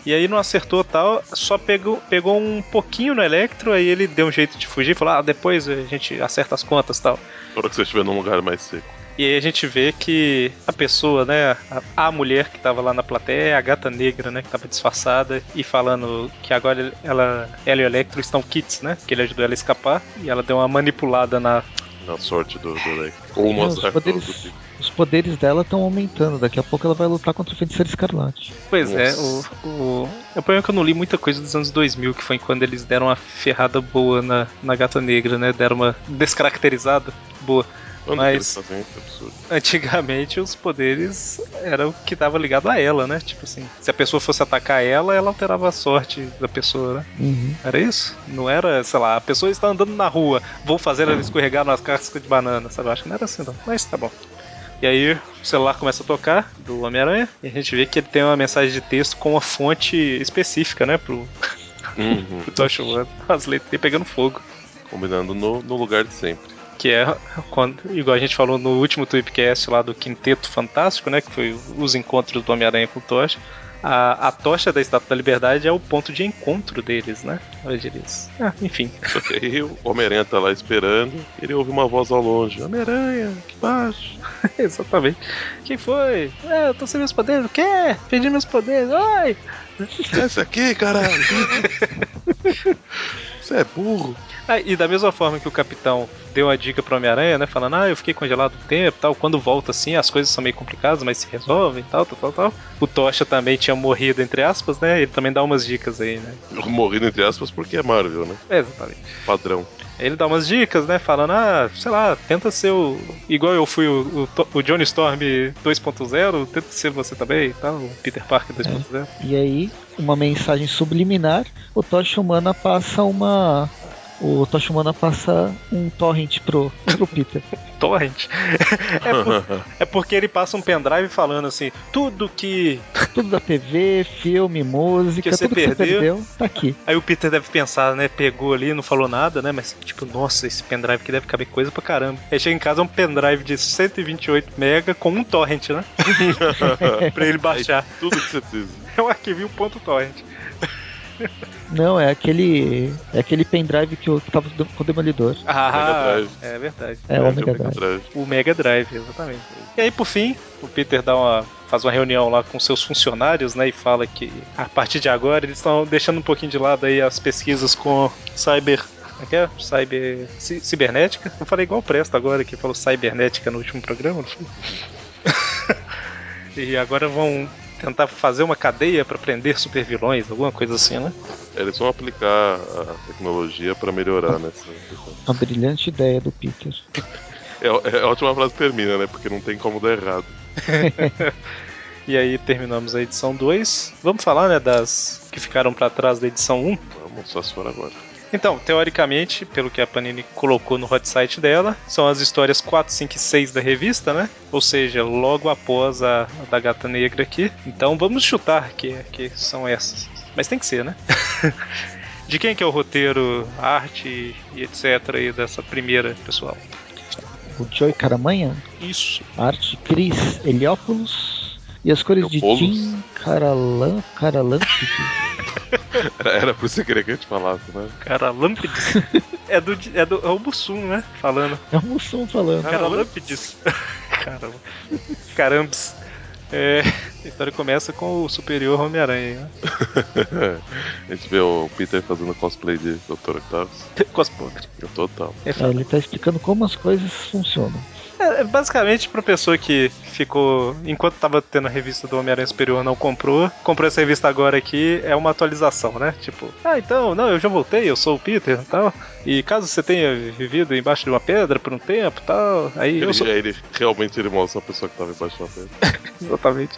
Speaker 1: E aí não acertou tal, só pegou, pegou um pouquinho no Electro, aí ele deu um jeito de fugir, falou: ah, depois a gente acerta as contas tal.
Speaker 3: Na hora que você estiver num lugar mais seco.
Speaker 1: E aí a gente vê que a pessoa, né, a, a mulher que tava lá na plateia é a gata negra, né, que tava disfarçada e falando que agora ela, ela e o Electro estão kits, né, que ele ajudou ela a escapar e ela deu uma manipulada na...
Speaker 3: Na sorte do, do Leque. Ou no
Speaker 2: Não, os
Speaker 3: azar do, do
Speaker 2: poderes, os poderes dela estão aumentando. Daqui a pouco ela vai lutar contra o feiticeiro escarlate.
Speaker 1: Pois é,
Speaker 3: Nossa.
Speaker 1: o, o... O problema é que eu não li muita coisa dos anos 2000, que foi quando eles deram uma ferrada boa na, na gata negra, né, deram uma descaracterizada boa.
Speaker 3: Quando
Speaker 1: Mas-
Speaker 3: que eles fazem isso? é Absurdo.
Speaker 1: Antigamente os poderes eram o que tava ligado a ela, né, tipo assim, se a pessoa fosse atacar ela, ela alterava a sorte da pessoa, né.
Speaker 2: Uhum.
Speaker 1: Era isso? Não era, sei lá, a pessoa está andando na rua, vou fazer ela escorregar nas cascas de banana, sabe? Eu acho que não era assim, não. Mas tá bom. E aí, o celular começa a tocar do Homem-Aranha, e a gente vê que ele tem uma mensagem de texto com uma fonte específica, né? Pro,
Speaker 3: Uhum.
Speaker 1: pro Tosh One. As letras dele pegando fogo.
Speaker 3: Combinando no, no lugar de sempre.
Speaker 1: Que é quando, igual a gente falou no último Tweepcast lá do Quinteto Fantástico, né? Que foi os encontros do Homem-Aranha com o Tocha. A, a tocha da Estátua da Liberdade é o ponto de encontro deles, né? Onde eles. Ah, enfim.
Speaker 3: Só que aí o Homem-Aranha tá lá esperando. Ele ouve uma voz ao longe: Homem-Aranha, aqui baixo.
Speaker 1: Exatamente. Quem foi? É, eu tô sem meus poderes. O quê? Perdi meus poderes. Ai!
Speaker 3: Desce aqui, caralho. Você é burro.
Speaker 1: Ah, e da mesma forma que o capitão deu a dica pro Homem-Aranha, né? Falando, ah, eu fiquei congelado um tempo tal. Quando volta assim, as coisas são meio complicadas, mas se resolvem tal, tal, tal, tal. O Tocha também tinha morrido, entre aspas, né? Ele também dá umas dicas aí, né?
Speaker 3: Morrido entre aspas porque é Marvel, né?
Speaker 1: É, exatamente.
Speaker 3: Padrão.
Speaker 1: Ele dá umas dicas, né? Falando, ah, sei lá, tenta ser o. Igual eu fui o, o, To- o Johnny Storm 2.0, tenta ser você também, tá? O Peter Parker 2.0.
Speaker 2: E aí, uma mensagem subliminar, o Tocha Humana passa uma. O Tocha Humana passa um torrent pro, pro Peter.
Speaker 1: Torrent. é, por- é porque ele passa um pendrive falando assim: tudo que.
Speaker 2: Tudo da TV, filme, música,
Speaker 1: Que você
Speaker 2: tudo que você
Speaker 1: perdeu.
Speaker 2: perdeu, tá aqui.
Speaker 1: Aí o Peter deve pensar, né? Pegou ali, não falou nada, né? Mas tipo, nossa, esse pendrive aqui deve caber coisa pra caramba. Aí chega em casa é um pendrive de 128 mega com um torrent, né? pra ele baixar.
Speaker 3: Tudo que você precisa.
Speaker 1: É um arquivinho ponto torrent.
Speaker 2: Não, é aquele. É aquele pendrive que, eu, que tava do- com o Demolidor.
Speaker 1: Ah,
Speaker 3: Drive.
Speaker 1: é né? verdade.
Speaker 2: É, o Omega
Speaker 3: Mega
Speaker 2: Drive.
Speaker 3: Drive.
Speaker 1: O Mega Drive, exatamente. E aí, por fim, o Peter dá uma, faz uma reunião lá com seus funcionários, né? E fala que a partir de agora eles estão deixando um pouquinho de lado aí as pesquisas com cyber. como é que é? Cyber. ci- cibernética? Eu falei igual o Presto agora, que falou cibernética no último programa, não foi? e agora vão tentar fazer uma cadeia pra prender supervilões, alguma coisa assim, né?
Speaker 3: é, Eles vão aplicar a tecnologia pra melhorar né? nessa.
Speaker 2: Uma brilhante ideia do Peter.
Speaker 3: É, é a última frase que termina, né? Porque não tem como dar errado.
Speaker 1: E aí terminamos a edição 2. Vamos falar, né, das que ficaram pra trás da edição 1.
Speaker 3: Vamos, só se for agora.
Speaker 1: Então, teoricamente, pelo que a Panini colocou no hot site dela, são as histórias 4, 5 e 6 da revista, né? Ou seja, logo após a, a da Gata Negra aqui. Então vamos chutar que, que são essas. Mas tem que ser, né? De quem que é o roteiro, a arte e etc aí dessa primeira, pessoal?
Speaker 2: O Joey Caramanha,
Speaker 1: Isso.
Speaker 2: arte Cris Heliópolis. E as
Speaker 3: É
Speaker 2: cores de
Speaker 3: Heliópolis?
Speaker 2: Jim Caralan, Caralan,
Speaker 3: Era, era por você querer que eu te falasse, né?
Speaker 1: Cara, Lampides. é do, é do é o Bussum, né? Falando.
Speaker 2: é um som falando.
Speaker 1: Cara,
Speaker 3: Caramba.
Speaker 1: Lampides. Caramba. Carambes. É, a história começa com o superior Homem-Aranha. Né?
Speaker 3: a gente vê o Peter fazendo cosplay de Dr. Octavius.
Speaker 1: Cospobre.
Speaker 3: Eu total.
Speaker 2: É, ele tá explicando como as coisas funcionam.
Speaker 1: É, é basicamente pra pessoa que ficou. Enquanto tava tendo a revista do Homem-Aranha Superior, não comprou. Comprou essa revista agora aqui, é uma atualização, né? Tipo, ah, então, não, eu já voltei, eu sou o Peter e tal. E caso você tenha vivido embaixo de uma pedra por um tempo e tal, aí eu
Speaker 3: Ele,
Speaker 1: sou.
Speaker 3: ele realmente ele mostra a pessoa que tava embaixo da pedra.
Speaker 1: Exatamente.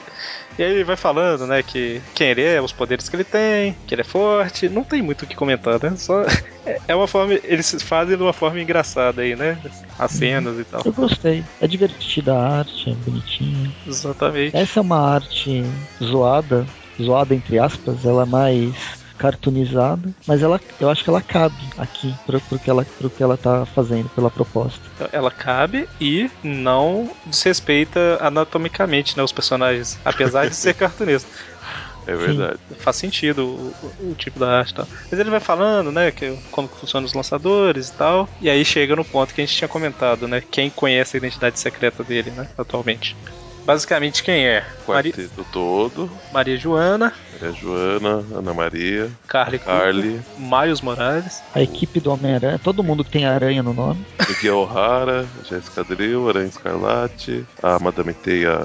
Speaker 1: E aí ele vai falando, né, que quem ele é, os poderes que ele tem, que ele é forte. Não tem muito o que comentar, né? Só é- é uma forma. Eles se fazem de uma forma engraçada aí, né? As cenas e tal.
Speaker 2: Eu gostei. É divertida a arte, é bonitinha.
Speaker 1: Exatamente.
Speaker 2: Essa é uma arte zoada, zoada entre aspas, ela é mais cartoonizada, mas ela, eu acho que ela cabe aqui pro, pro, que ela, pro que ela tá fazendo, pela proposta.
Speaker 1: Ela cabe e não desrespeita anatomicamente, né, os personagens. Apesar de ser cartunista.
Speaker 3: É verdade.
Speaker 1: faz sentido o, o- o tipo da arte e tal. Mas ele vai falando, né, que, como que funcionam os lançadores e tal. E aí chega no ponto que a gente tinha comentado, né? Quem conhece a identidade secreta dele, né, atualmente. Basicamente quem é? Mari-
Speaker 3: Quarteto todo.
Speaker 1: Maria Joana,
Speaker 3: É a Joana, Ana Maria,
Speaker 1: Carly, Cooper,
Speaker 3: Carly,
Speaker 1: Miles Morales,
Speaker 2: A equipe do Homem-Aranha, todo mundo que tem aranha no nome.
Speaker 3: Miguel O'Hara, Jéssica Drill, Aranha Escarlate, a Madame Teia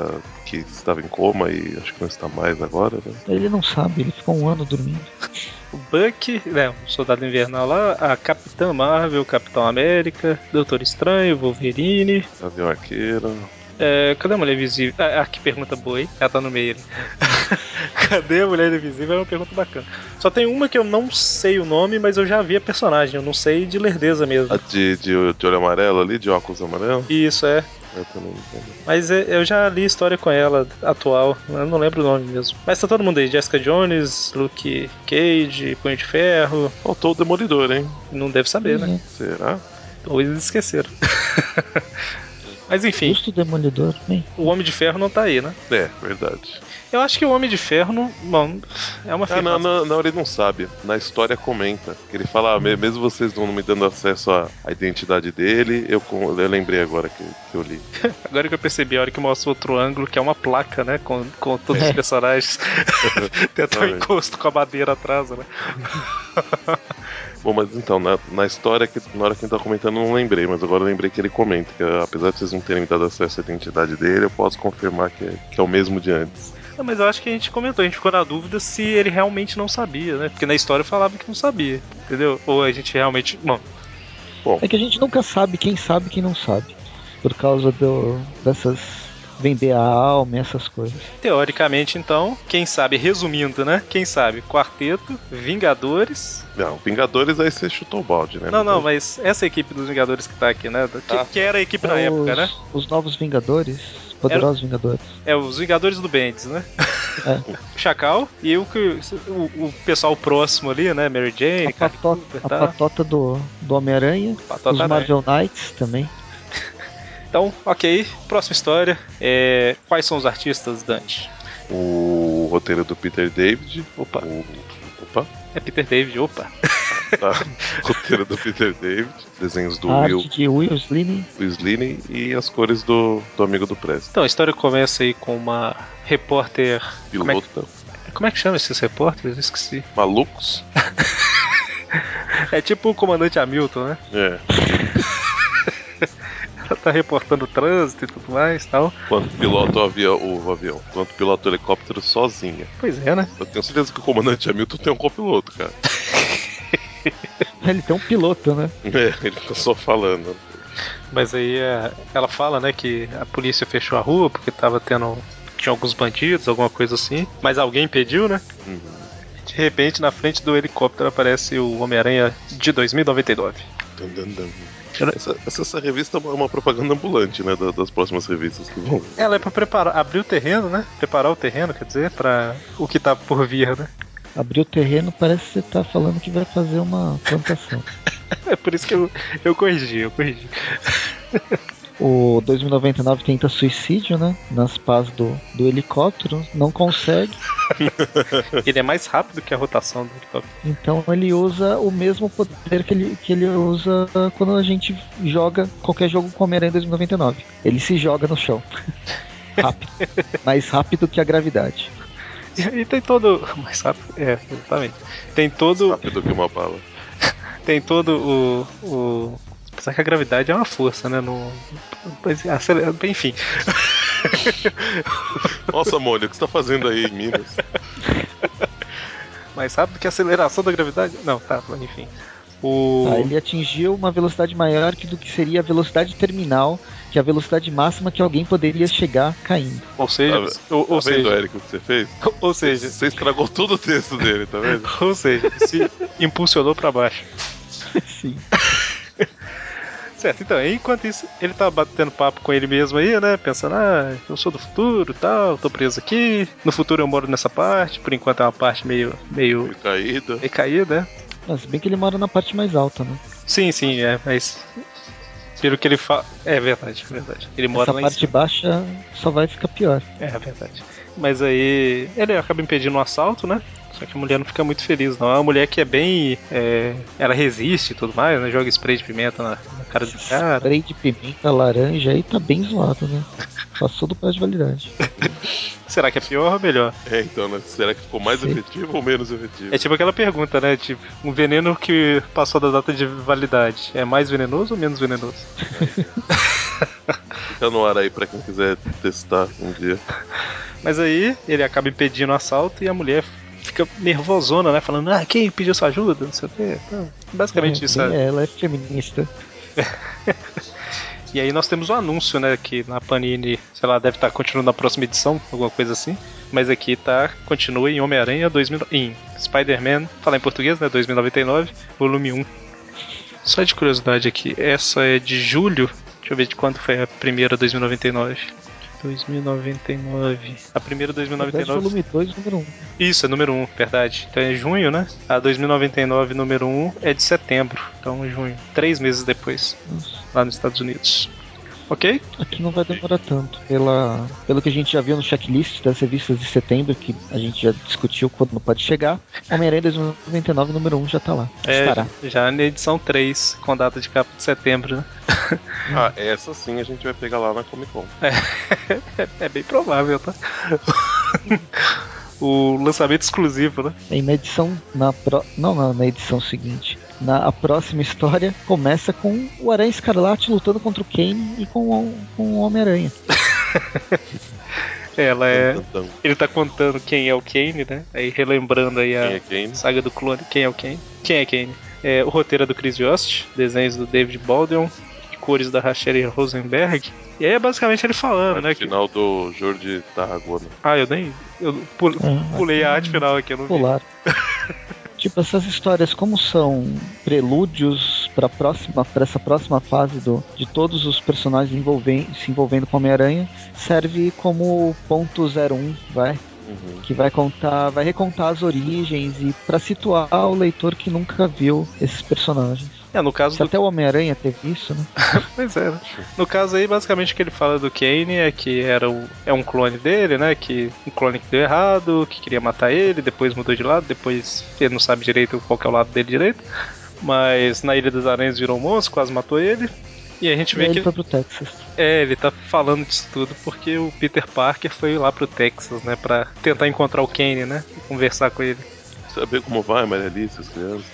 Speaker 3: que estava em coma e acho que não está mais agora, né?
Speaker 2: Ele não sabe, ele ficou um ano dormindo.
Speaker 1: o Buck, né, o Soldado Invernal lá, a Capitã Marvel, Capitão América, Doutor Estranho, Wolverine,
Speaker 3: Gavião Arqueira,
Speaker 1: É, cadê a mulher invisível? Ah, ah, que pergunta boa, hein? Ela tá no meio ali. cadê a mulher invisível? É uma pergunta bacana. Só tem uma que eu não sei o nome, mas eu já vi a personagem. Eu não sei de lerdeza
Speaker 3: a
Speaker 1: mesmo.
Speaker 3: de, de, de olho amarelo ali, de óculos amarelo.
Speaker 1: Isso, é.
Speaker 3: Eu também não lembro.
Speaker 1: Mas é- eu já li história com ela, atual. Eu não lembro o nome mesmo. Mas tá todo mundo aí. Jessica Jones, Luke Cage, Punho de Ferro.
Speaker 3: Faltou o Demolidor, hein?
Speaker 1: Não deve saber,
Speaker 2: É,
Speaker 1: né?
Speaker 3: Será?
Speaker 1: Ou eles esqueceram. mas enfim,
Speaker 2: Justo o Demolidor, bem.
Speaker 1: o Homem de Ferro não tá aí, né?
Speaker 3: É, verdade.
Speaker 1: Eu acho que o Homem de Ferro não... Bom, é uma
Speaker 3: Ah, não,
Speaker 1: afirmação.
Speaker 3: não, não, ele não sabe. Na história comenta. Que ele fala, ah, me- mesmo vocês não me dando acesso à, à identidade dele, eu, com- eu lembrei agora que, que eu li.
Speaker 1: Agora que eu percebi, a hora que mostra outro ângulo, que é uma placa, né? Com, com todos os
Speaker 2: É.
Speaker 1: personagens. Tem até um
Speaker 3: Olha.
Speaker 1: encosto com a madeira atrás, né?
Speaker 3: Bom, mas então, na, na história, que, na hora que ele tá comentando, eu não lembrei, mas agora eu lembrei que ele comenta que, ah, apesar de vocês não terem me dado acesso à identidade dele, eu posso confirmar que é, que é o mesmo de antes.
Speaker 1: É, mas eu acho que a gente comentou, a gente ficou na dúvida se ele realmente não sabia, né? Porque na história falava que não sabia, entendeu? Ou a gente realmente. Bom,
Speaker 3: Bom,
Speaker 2: É que a gente nunca sabe quem sabe e quem não sabe. Por causa do, dessas. vender a alma e essas coisas.
Speaker 1: teoricamente então, quem sabe, resumindo, né? Quem sabe? Quarteto, Vingadores.
Speaker 3: não, Vingadores aí você chutou o balde, né?
Speaker 1: Não, não, mas essa equipe dos Vingadores que tá aqui, né? Que,
Speaker 3: Tá.
Speaker 1: que era a equipe
Speaker 2: Os-
Speaker 1: da época, né?
Speaker 2: Os novos Vingadores. Poderosos Vingadores.
Speaker 1: É, os Vingadores do Bendis, né?
Speaker 2: É.
Speaker 1: o Chacal e o, que- o, o pessoal próximo ali, né? Mary Jane,
Speaker 2: A patota,
Speaker 1: Cooper,
Speaker 2: a
Speaker 1: tá?
Speaker 2: patota do, do Homem-Aranha.
Speaker 1: Patota
Speaker 2: Os
Speaker 1: né?
Speaker 2: Marvel Knights também.
Speaker 1: Então, ok. Próxima história. É... Quais são os artistas, Dante?
Speaker 3: O roteiro do Peter David.
Speaker 1: Opa,
Speaker 3: O, opa.
Speaker 1: é Peter David, opa.
Speaker 3: Tá. roteiro do Peter David. Desenhos do
Speaker 2: a
Speaker 3: Will,
Speaker 2: arte de Will Slinney.
Speaker 3: Will Sliney e as cores do, do amigo do Press.
Speaker 1: Então, a história começa aí com uma repórter. Como é,
Speaker 3: Piloto.
Speaker 1: que- como é que chama esses repórteres? Eu esqueci.
Speaker 3: Malucos?
Speaker 1: É tipo o comandante Hamilton, né?
Speaker 3: É.
Speaker 1: Ela tá reportando o trânsito e tudo mais tal.
Speaker 3: Quanto pilota o avião, o avião. Quanto pilota o helicóptero sozinha.
Speaker 1: Pois é, né?
Speaker 3: Eu tenho certeza que o comandante Hamilton tem um copiloto, cara.
Speaker 2: Ele tem um piloto, né?
Speaker 3: É, ele tá só falando.
Speaker 1: Mas aí é, ela fala, né, que a polícia fechou a rua porque tava tendo. Tinha alguns bandidos, alguma coisa assim. Mas alguém pediu, né?
Speaker 3: Uhum.
Speaker 1: De repente, na frente do helicóptero aparece o Homem-Aranha de 2099.
Speaker 3: Dun, dun, dun. Essa, essa, essa revista é uma- uma propaganda ambulante, né? da- Das próximas revistas que vão.
Speaker 1: Ela é pra preparar, abrir o terreno, né? Preparar o terreno, quer dizer, pra o que tá por vir, né?
Speaker 2: Abriu o terreno, parece que você tá falando que vai fazer uma plantação.
Speaker 1: É por isso que eu, eu corrigi, eu corrigi.
Speaker 2: O 2099 tenta suicídio, né? Nas pás do, do helicóptero, não consegue.
Speaker 1: Ele é mais rápido que a rotação do helicóptero.
Speaker 2: Então ele usa o mesmo poder que ele, que ele usa quando a gente joga qualquer jogo com Homem-Aranha 2099. Ele se joga no chão. rápido. Mais rápido que a gravidade.
Speaker 1: E, e tem todo. Mais rápido? É, exatamente. Tem todo.
Speaker 3: Rápido que uma bala.
Speaker 1: Tem todo o. o... Apesar que a gravidade é uma força, né? No... pois é, acelera- Enfim.
Speaker 3: Nossa, Mônica, o que você tá fazendo aí em Minas?
Speaker 1: Mais rápido que a aceleração da gravidade? Não, tá, enfim. O.
Speaker 2: Tá, ele atingiu uma velocidade maior que do que seria a velocidade terminal, que é a velocidade máxima que alguém poderia chegar caindo.
Speaker 1: Ou seja.
Speaker 3: Tá
Speaker 1: ou, ou
Speaker 3: tá vendo,
Speaker 1: seja
Speaker 3: Eric, o que você fez?
Speaker 1: ou seja.
Speaker 3: Você estragou todo o texto dele, tá vendo?
Speaker 1: Ou seja, se impulsionou pra baixo.
Speaker 2: Sim.
Speaker 1: Certo, então, enquanto isso, ele tá batendo papo com ele mesmo aí, né? Pensando, ah, eu sou do futuro e tal, tô preso aqui. No futuro eu moro nessa parte, por enquanto é uma parte meio. meio.
Speaker 3: Meio Caída.
Speaker 1: meio caída, né?
Speaker 2: Mas se bem que ele mora na parte mais alta, né?
Speaker 1: Sim, sim, é, mas. Pelo que ele fala. É verdade, é verdade. Ele mora
Speaker 2: Essa
Speaker 1: lá
Speaker 2: parte
Speaker 1: em cima.
Speaker 2: baixa só vai ficar pior.
Speaker 1: É verdade. Mas aí. Ele acaba impedindo um assalto, né? Só que a mulher não fica muito feliz, não. É uma mulher que é bem. é, ela resiste e tudo mais, né? Joga spray de pimenta na, na cara do cara.
Speaker 2: Spray de pimenta laranja aí tá bem zoado, né? Passou do prazo de validade.
Speaker 1: Será que é pior ou melhor?
Speaker 3: É, então, né? será que ficou mais
Speaker 2: Sim.
Speaker 3: efetivo ou menos efetivo?
Speaker 1: É tipo aquela pergunta, né? Tipo, um veneno que passou da data de validade é mais venenoso ou menos venenoso?
Speaker 3: Fica no ar aí pra quem quiser testar um dia.
Speaker 1: Mas aí ele acaba impedindo o assalto e a mulher fica nervosona, né? Falando, ah, quem pediu sua ajuda? Não sei o quê. Então, Basicamente
Speaker 2: É,
Speaker 1: isso.
Speaker 2: bem,
Speaker 1: né?
Speaker 2: Ela é feminista.
Speaker 1: E aí nós temos um anúncio, né? Que na Panini, sei lá, deve estar continuando na próxima edição, alguma coisa assim. Mas aqui tá, continua em Homem-Aranha 2000, em Spider-Man, falar em português, né? 2099, volume 1. Só de curiosidade aqui, essa é de julho. Deixa eu ver de quando foi a primeira 2099. 2099. A primeira
Speaker 2: Na verdade,
Speaker 1: 2099.
Speaker 2: volume 2, número 1.
Speaker 1: Isso, é número 1, verdade. Então é junho, né? A 2099 número 1 é de setembro. Então junho. Três meses depois,
Speaker 2: Nossa,
Speaker 1: lá nos Estados Unidos. Ok?
Speaker 2: Aqui não vai demorar tanto. Pela, pelo que a gente já viu no checklist das revistas de setembro, que a gente já discutiu quando pode chegar, Homem-Aranha 2099, número 1 já tá lá.
Speaker 1: É,
Speaker 2: Estará.
Speaker 1: já na edição 3, com data de capa de setembro, né?
Speaker 3: Ah, essa sim a gente vai pegar lá na Comic Con.
Speaker 1: É, é bem provável, tá? o lançamento exclusivo, né?
Speaker 2: E na edição. Na pro... Não, não, na edição seguinte. na a próxima história começa com o Aranha Escarlate lutando contra o Kane e com, o- com o Homem-Aranha.
Speaker 1: Ela é.
Speaker 3: Então,
Speaker 1: Ele tá contando quem é o Kane, né? Aí relembrando aí
Speaker 3: quem é
Speaker 1: a
Speaker 3: quem?
Speaker 1: saga do clone, quem é o Kane. Quem é Kane? É, o roteiro é do Chris Yost, desenhos do David Baldwin e cores da Rachel Rosenberg. E aí é basicamente ele falando, né?
Speaker 3: No
Speaker 1: que-
Speaker 3: final do Jordi Tarragona.
Speaker 1: ah, eu nem. Eu pule-
Speaker 2: Ah,
Speaker 1: pulei a arte final aqui, eu não vi.
Speaker 2: Polar. tipo, essas histórias como são prelúdios para próxima para essa próxima fase do, de todos os personagens envolven- se envolvendo com o Homem-Aranha, serve como ponto 01, vai,
Speaker 3: Uhum.
Speaker 2: que vai contar, vai recontar as origens e para situar o leitor que nunca viu esses personagens.
Speaker 1: É, no caso
Speaker 2: Se
Speaker 1: do
Speaker 2: até o Homem-Aranha teve isso, né?
Speaker 1: Pois é, né? No caso aí, basicamente o que ele fala do Kane é que era o, é um clone dele, né? Que um clone que deu errado, que queria matar ele, depois mudou de lado, depois ele não sabe direito qual que é o lado dele direito. Mas na Ilha das Aranhas virou um monstro, quase matou ele. E a gente
Speaker 2: E aí
Speaker 1: vê que
Speaker 2: ele foi pro Texas.
Speaker 1: é, ele tá falando disso tudo porque o Peter Parker foi lá pro Texas, né? Pra tentar encontrar o Kane, né? E conversar com ele.
Speaker 3: Saber como vai, Maria Alice, as crianças?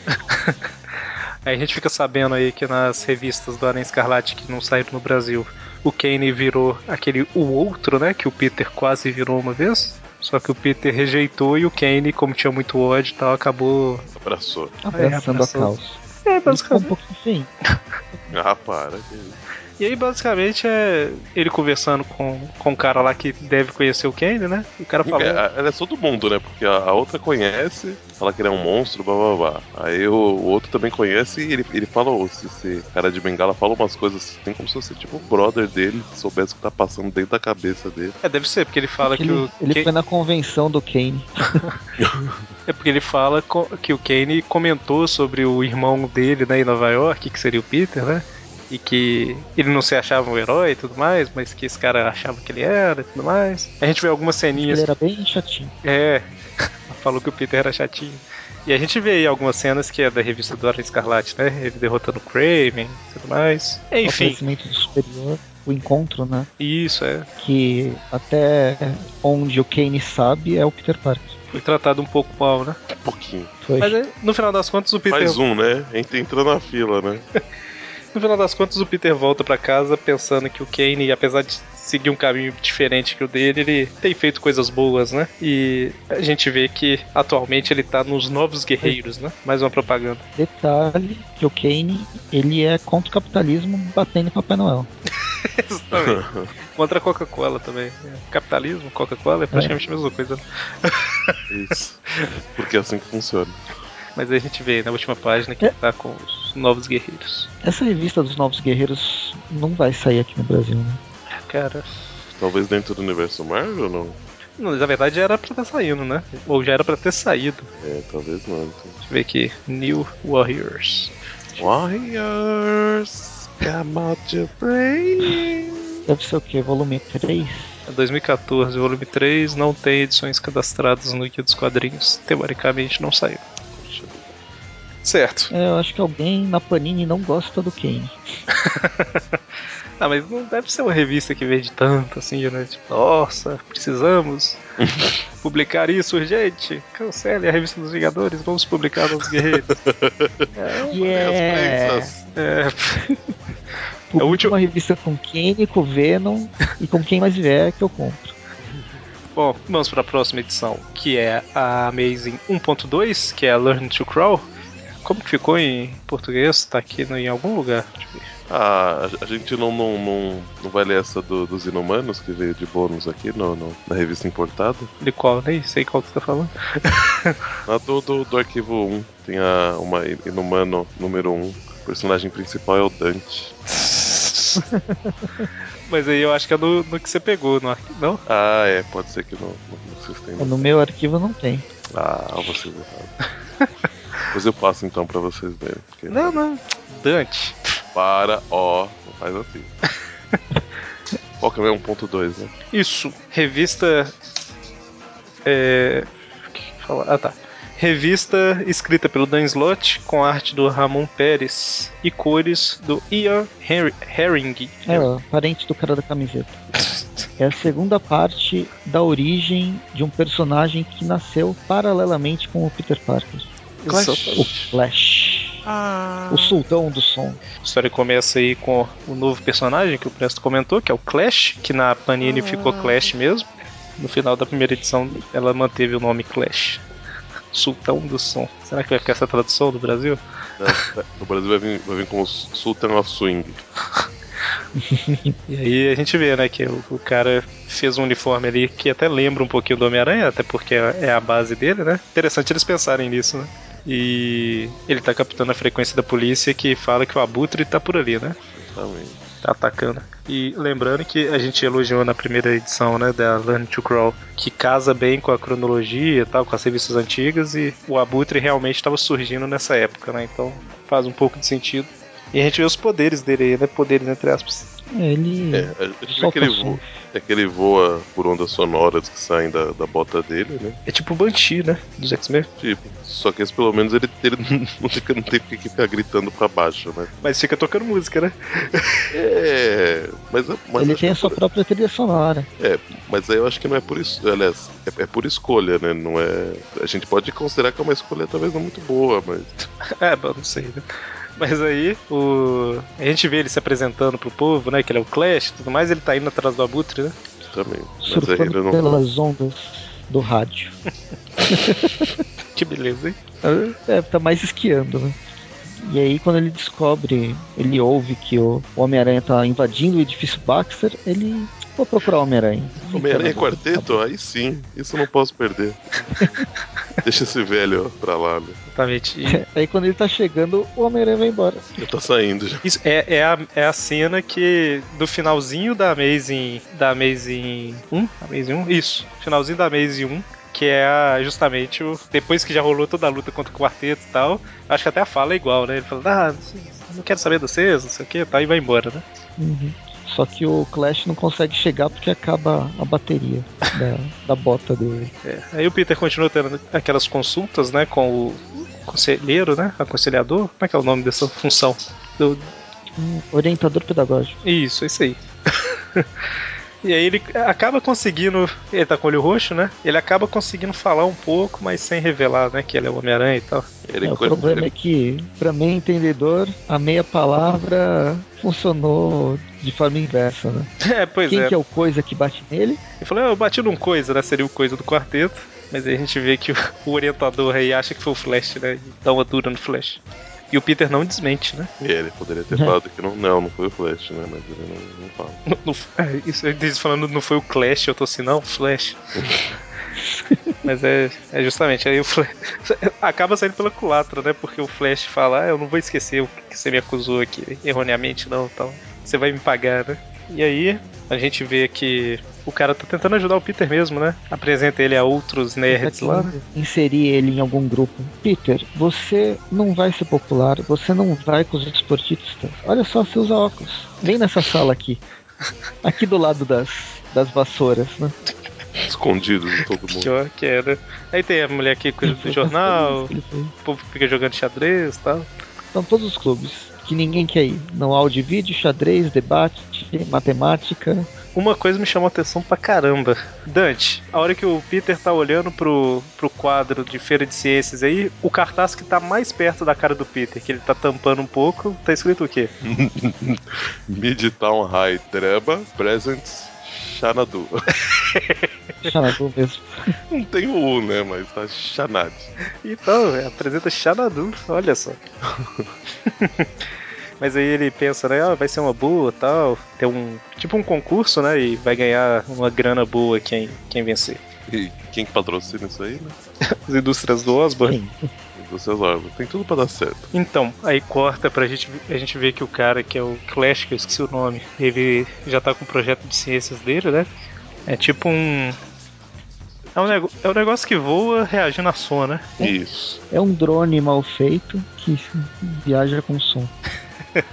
Speaker 1: Aí a gente fica sabendo aí que nas revistas do Aranha Escarlate que não saíram no Brasil, o Kane virou aquele o outro, né? Que o Peter quase virou uma vez. Só que o Peter rejeitou e o Kane, como tinha muito ódio e tal, acabou.
Speaker 3: Abraçou.
Speaker 2: Abraçando a
Speaker 1: Ah, é, abraçou.
Speaker 2: causa.
Speaker 1: É,
Speaker 2: Ele ficou um pouquinho feio.
Speaker 3: Ah, para. que-
Speaker 1: E aí, basicamente, é ele conversando com, com um cara lá que deve conhecer o Kane, né? E o cara
Speaker 3: É,
Speaker 1: falando.
Speaker 3: Ela é todo mundo, né? Porque a, a outra conhece, fala que ele é um monstro, blá blá blá. Aí o, o outro também conhece e ele, ele fala, ô, esse, esse cara de bengala fala umas coisas assim, tem como se fosse tipo o brother dele, se soubesse o que tá passando dentro da cabeça dele.
Speaker 1: É, deve ser, porque ele fala que
Speaker 2: Ele,
Speaker 1: o.
Speaker 2: ele
Speaker 1: Kane-
Speaker 2: foi na convenção do Kane.
Speaker 1: É porque ele fala co- que o Kane comentou sobre o irmão dele né, em Nova York, que seria o Peter, né? E que ele não se achava um herói e tudo mais, mas que esse cara achava que ele era e tudo mais. A gente vê algumas
Speaker 2: Ele
Speaker 1: ceninhas.
Speaker 2: era bem chatinho.
Speaker 1: É, falou que o Peter era chatinho. E a gente vê aí algumas cenas que é da revista do Aranha Escarlate, né? Ele derrotando o Kraven e tudo mais.
Speaker 2: O
Speaker 1: Enfim,
Speaker 2: aparecimento do superior, o encontro, né?
Speaker 1: isso é.
Speaker 2: que até onde o Kane sabe é o Peter Parker.
Speaker 1: Foi tratado um pouco mal, né?
Speaker 3: Pouquinho.
Speaker 2: Foi.
Speaker 1: Mas é, no final das contas o Peter
Speaker 3: Mais um, né? Entra- Entrou na fila, né?
Speaker 1: No final das contas, o Peter volta pra casa pensando que o Kane, apesar de seguir um caminho diferente que o dele, ele tem feito coisas boas, né? E a gente vê que atualmente ele tá nos Novos Guerreiros, né? Mais uma propaganda.
Speaker 2: Detalhe que o Kane, ele é contra o capitalismo batendo em Papai Noel.
Speaker 1: Exatamente. Contra a Coca-Cola também. É, Capitalismo, Coca-Cola é praticamente a mesma coisa. né?
Speaker 3: Isso. Porque é assim que funciona.
Speaker 1: Mas aí a gente vê na última página que ele tá com os Novos Guerreiros.
Speaker 2: Essa revista dos Novos Guerreiros não vai sair aqui no Brasil, né?
Speaker 1: Cara.
Speaker 3: Talvez dentro do universo Marvel ou não?
Speaker 1: não, Na verdade era pra estar saindo, né? Ou já era pra ter saído.
Speaker 3: É, talvez não. Então.
Speaker 1: Deixa eu ver aqui. New Warriors.
Speaker 3: Warriors, come out your brain.
Speaker 2: Deve ser o quê? Volume 3?
Speaker 1: É 2014, volume 3, não tem edições cadastradas no Guia dos Quadrinhos. Teoricamente não saiu.
Speaker 3: Poxa,
Speaker 1: Certo.
Speaker 2: É, eu acho que alguém na Panini não gosta do Kane.
Speaker 1: Ah, mas não deve ser uma revista que vende tanto assim, né? Tipo, nossa, precisamos publicar isso urgente. Cancele a revista dos Vingadores, vamos publicar Novos Guerreiros.
Speaker 2: Yeah!
Speaker 3: as prensas.
Speaker 1: é,
Speaker 2: Publica
Speaker 1: É o último-
Speaker 2: uma revista com Kane, com Venom e com quem mais vier que eu compro.
Speaker 1: bom, vamos para a próxima edição, que é a Amazing 1.2, que é a Learn to Crawl. Como que ficou em português? Tá aqui no- em algum lugar? Deixa eu ver.
Speaker 3: Ah, a- a gente não, não, não, não vai ler essa do- dos Inumanos, que veio de bônus aqui no, no- na revista importada.
Speaker 1: De qual? Nem sei qual que você tá falando.
Speaker 3: Na do, do, do arquivo 1 tem a, uma in- Inumano número 1. O personagem principal é o Dante.
Speaker 1: Mas aí eu acho que é no, no que você pegou, no arquivo. Não?
Speaker 3: Ah, é, pode ser que não, não, não vocês tenham.
Speaker 2: No meu arquivo não tem.
Speaker 3: Ah, vocês erraram. Depois eu passo então pra vocês verem. porque-
Speaker 1: Não, não. Dante.
Speaker 3: Para, ó, não faz assim. Qual que é o meu 1.2, né?
Speaker 1: Isso. Revista. É. o que que eu falar? Ah, tá. Revista escrita pelo Dan Slott, com arte do Ramon Pérez e cores do Ian Her Herring.
Speaker 2: É, ó, parente do cara da camiseta. É a segunda parte da origem de um personagem que nasceu paralelamente com o Peter Parker,
Speaker 1: Clash.
Speaker 2: o Flash. O sultão do som.
Speaker 1: A história começa aí com o novo personagem que o Presto comentou, que é o Clash, que na Panini ficou Clash mesmo. No final da primeira edição ela manteve o nome Clash. Sultão do som. Será que vai ficar essa tradução do Brasil?
Speaker 3: Não, No Brasil vai vir, vai vir como Sultan of Swing.
Speaker 1: E aí a gente vê, né, que o, o cara fez um uniforme ali que até lembra um pouquinho do Homem-Aranha, até porque é é a base dele, né? Interessante eles pensarem nisso, né? E ele tá captando a frequência da polícia que fala que o Abutre tá por ali, né?
Speaker 3: Exatamente.
Speaker 1: Tá atacando. E lembrando que a gente elogiou na primeira edição, né, da Learn to Crawl, que casa bem com a cronologia e tal, com as revistas antigas, e o Abutre realmente estava surgindo nessa época, né? Então faz um pouco de sentido. E a gente vê os poderes dele aí, né? Poderes entre aspas.
Speaker 2: É, Ele.
Speaker 3: É, a gente vê que
Speaker 2: solta
Speaker 3: ele,
Speaker 2: som.
Speaker 3: voa, é que ele voa por ondas sonoras que saem da, da bota dele, né?
Speaker 1: É tipo o Banshee, né? Dos X-Men.
Speaker 3: Tipo, só que esse pelo menos ele, ele não, fica, não tem por que ficar gritando pra baixo, né?
Speaker 1: Mas fica tocando música, né?
Speaker 3: É, mas, eu- mas
Speaker 2: Ele
Speaker 3: acho
Speaker 2: tem a
Speaker 3: que-
Speaker 2: sua própria trilha sonora.
Speaker 3: É, mas aí eu acho que não é por isso. Aliás, é, é por escolha, né? Não é. A gente pode considerar que é uma escolha talvez não muito boa, mas.
Speaker 1: É, bom, não sei, né? Mas aí, o... a gente vê ele se apresentando pro povo, né? Que ele é o Clash e tudo mais, ele tá indo atrás do Abutre, né?
Speaker 3: Também. Mas aí ele
Speaker 2: Surfando
Speaker 3: não.
Speaker 2: pelas ondas do rádio.
Speaker 1: Que beleza, hein?
Speaker 2: É, tá mais esquiando, né? E aí, quando ele descobre, ele ouve que o o Homem-Aranha tá invadindo o edifício Baxter, ele. Vou procurar o Homem-Aranha.
Speaker 3: Homem-Aranha é
Speaker 2: Tá bom.
Speaker 3: Quarteto? Aí sim, isso eu não posso perder. Deixa esse velho ó, pra lá, né?
Speaker 1: Exatamente. E
Speaker 2: Aí, quando ele tá chegando, o Homem-Aranha vai embora.
Speaker 3: Ele tá saindo já.
Speaker 1: isso é, é, a, é a cena que do finalzinho da Amazing. Da Amazing 1? Amazing 1? Isso. Finalzinho da Amazing 1. Que é a- justamente o. Depois que já rolou toda a luta contra o quarteto e tal. Acho que até a fala é igual, né? Ele fala, ah, não quero saber de vocês, não sei o que, tá, e vai embora, né?
Speaker 2: Uhum. Só que o Clash não consegue chegar porque acaba a bateria da, da bota dele.
Speaker 1: Aí o Peter continua tendo aquelas consultas, né, com o conselheiro, né, aconselhador, como é que é o nome dessa função? Do-
Speaker 2: Um orientador pedagógico.
Speaker 1: Isso, é isso aí. E aí ele acaba conseguindo, ele tá com o olho roxo, né? Ele acaba conseguindo falar um pouco, mas sem revelar, né, que ele é o Homem-Aranha e tal.
Speaker 3: Ele
Speaker 2: É, o
Speaker 3: co-
Speaker 2: problema
Speaker 3: ele-
Speaker 2: é que, pra mim, entendedor, a meia palavra funcionou de forma inversa, né?
Speaker 1: É, pois
Speaker 2: Quem
Speaker 1: é.
Speaker 2: que é o coisa que bate nele?
Speaker 1: Ele falou, "Ah, eu bati num coisa, né? Seria o coisa do quarteto. Mas aí a gente vê que o o orientador aí acha que foi o Flash, né? E dá uma dura no Flash. E o Peter não desmente, né?
Speaker 3: É, ele poderia
Speaker 2: É.
Speaker 3: ter falado que não, não, não foi o Flash, né? Mas ele não, não fala.
Speaker 1: Não- não- é, isso eu disse falando não foi o Clash, eu tô assim, não, Flash. Mas é, é justamente, aí o Flash acaba saindo pela culatra, né? Porque o Flash fala, ah, eu não vou esquecer o que você me acusou aqui, erroneamente não, então você vai me pagar, né? E aí a gente vê que o cara tá tentando ajudar o Peter mesmo, né? Apresenta ele a outros nerds lá, né?
Speaker 2: Tá Inserir ele em algum grupo. Peter, você não vai ser popular, você não vai com os esportistas. Olha só, você usa óculos. Vem nessa sala aqui. Aqui do lado das, das vassouras, né?
Speaker 3: Escondido de todo mundo.
Speaker 1: Pior que era. Aí tem a mulher que cuida do jornal,
Speaker 2: Ele foi-
Speaker 1: o povo fica jogando xadrez e tal.
Speaker 2: São todos os clubes que ninguém quer ir. Não há áudio e vídeo, xadrez, debate, matemática.
Speaker 1: Uma coisa me chamou a atenção pra caramba. Dante, a hora que o Peter tá olhando pro, pro quadro de Feira de Ciências aí, o cartaz que tá mais perto da cara do Peter, que ele tá tampando um pouco, tá escrito o quê?
Speaker 3: Midtown High Dreba Presents Xanadu.
Speaker 2: Xanadu mesmo.
Speaker 3: Não tem o U, né? Mas tá Xanad.
Speaker 1: Então, é, apresenta Xanadu, olha só. Mas aí ele pensa, né, ah, vai ser uma boa tal, tem um tipo um concurso, né, e vai ganhar uma grana boa quem, quem vencer.
Speaker 3: E quem que patrocina isso aí, né?
Speaker 1: As indústrias do Osborne.
Speaker 2: Sim.
Speaker 3: Vocês órgãos. Tem tudo pra dar certo.
Speaker 1: Então, aí corta pra gente, a gente ver que o cara, que é o Clash, que eu esqueci o nome, ele já tá com o projeto de ciências dele, né? É tipo um. É um, nego- é um negócio que voa reagindo à som, né?
Speaker 3: Isso.
Speaker 2: É um drone mal feito que viaja com som.
Speaker 1: É,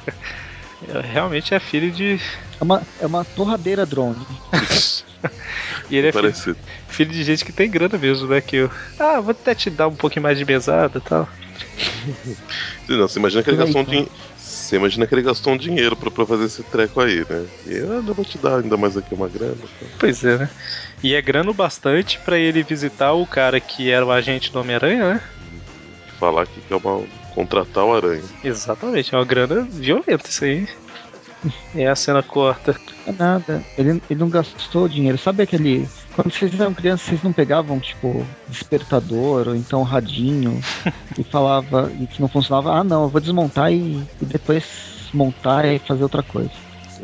Speaker 1: Realmente é filho de.
Speaker 2: É uma, é uma torradeira drone.
Speaker 3: Isso.
Speaker 1: E ele é filho,
Speaker 3: Parecido.
Speaker 1: filho de gente que tem grana mesmo, né? Que eu. Ah, vou até te dar um pouquinho mais de mesada e tal.
Speaker 3: Não, você imagina que ele
Speaker 2: Legal.
Speaker 3: gastou um dinheiro. Você imagina que ele gastou um dinheiro pra, pra fazer esse treco aí, né? E eu ainda vou te dar ainda mais aqui uma grana. tá?
Speaker 1: Pois é, né? E é grana o bastante pra ele visitar o cara que era o agente do Homem-Aranha, né?
Speaker 3: E falar aqui que é uma Contratar o Aranha.
Speaker 1: Exatamente, é uma grana violenta isso aí. É a cena corta.
Speaker 2: É nada. Ele, ele não gastou dinheiro. Sabe aquele. Quando vocês eram crianças, vocês não pegavam, tipo, despertador ou então radinho e falava e que não funcionava. Ah, não, eu vou desmontar e, e depois montar e fazer outra coisa.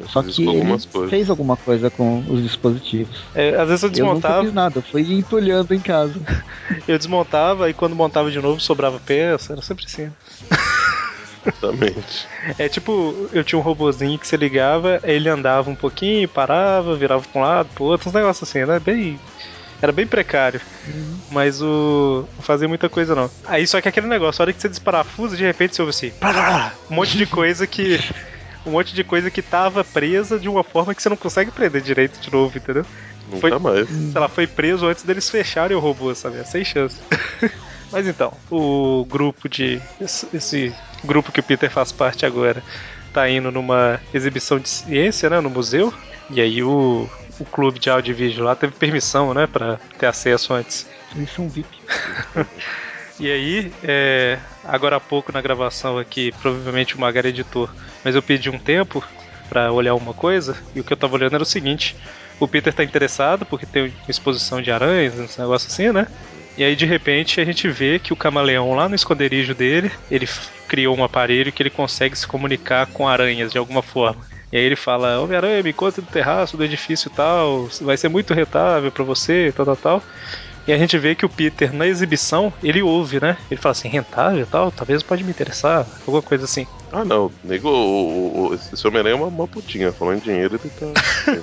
Speaker 2: Só
Speaker 3: Fiz
Speaker 2: que ele
Speaker 3: algumas coisas.
Speaker 2: fez alguma coisa com os dispositivos.
Speaker 1: É, às vezes eu
Speaker 2: Eu
Speaker 1: desmontava,
Speaker 2: nunca fiz nada, eu fui entulhando em casa.
Speaker 1: eu desmontava e quando montava de novo sobrava peça, era sempre assim.
Speaker 3: Exatamente.
Speaker 1: É tipo, eu tinha um robozinho que você ligava, ele andava um pouquinho, parava, virava pra um lado, pro outro, uns negócios assim, né? Bem. Era bem precário. Mas o. Não fazia muita coisa não. Aí só que aquele negócio, a hora que você desparafusa, de repente você ouve assim. plá, plá, plá, Um monte de coisa que. Um monte de coisa que tava presa de uma forma que você não consegue prender direito de novo, entendeu?
Speaker 3: Nunca
Speaker 1: Foi-
Speaker 3: mais.
Speaker 1: Sei lá, foi preso antes deles fecharem o robô, sabe? É Sem chance. Mas então, o grupo de. Esse esse grupo que o Peter faz parte agora tá indo numa exibição de ciência, né? No museu. E aí o, o clube de áudio e vídeo lá teve permissão, né? Pra ter acesso antes.
Speaker 2: Eles são VIP.
Speaker 1: E aí, é, agora há pouco na gravação aqui, provavelmente o Magar editou, mas eu pedi um tempo pra olhar uma coisa, e o que eu tava olhando era o seguinte: o Peter tá interessado porque tem uma exposição de aranhas, uns negócios assim, né? E aí, de repente, a gente vê que o camaleão lá no esconderijo dele, ele f- criou um aparelho que ele consegue se comunicar com aranhas de alguma forma. E aí ele fala: Homem-Aranha, me encontre no terraço do edifício e tal, vai ser muito rentável pra você, tal, tal, tal. E a gente vê que o Peter, na exibição, ele ouve, né? Ele fala assim, rentável e tal, talvez pode me interessar, alguma coisa assim.
Speaker 3: Ah, não. Nego, o, o- o- esse Homem-Aranha é uma, uma putinha. Falando em dinheiro, ele tá.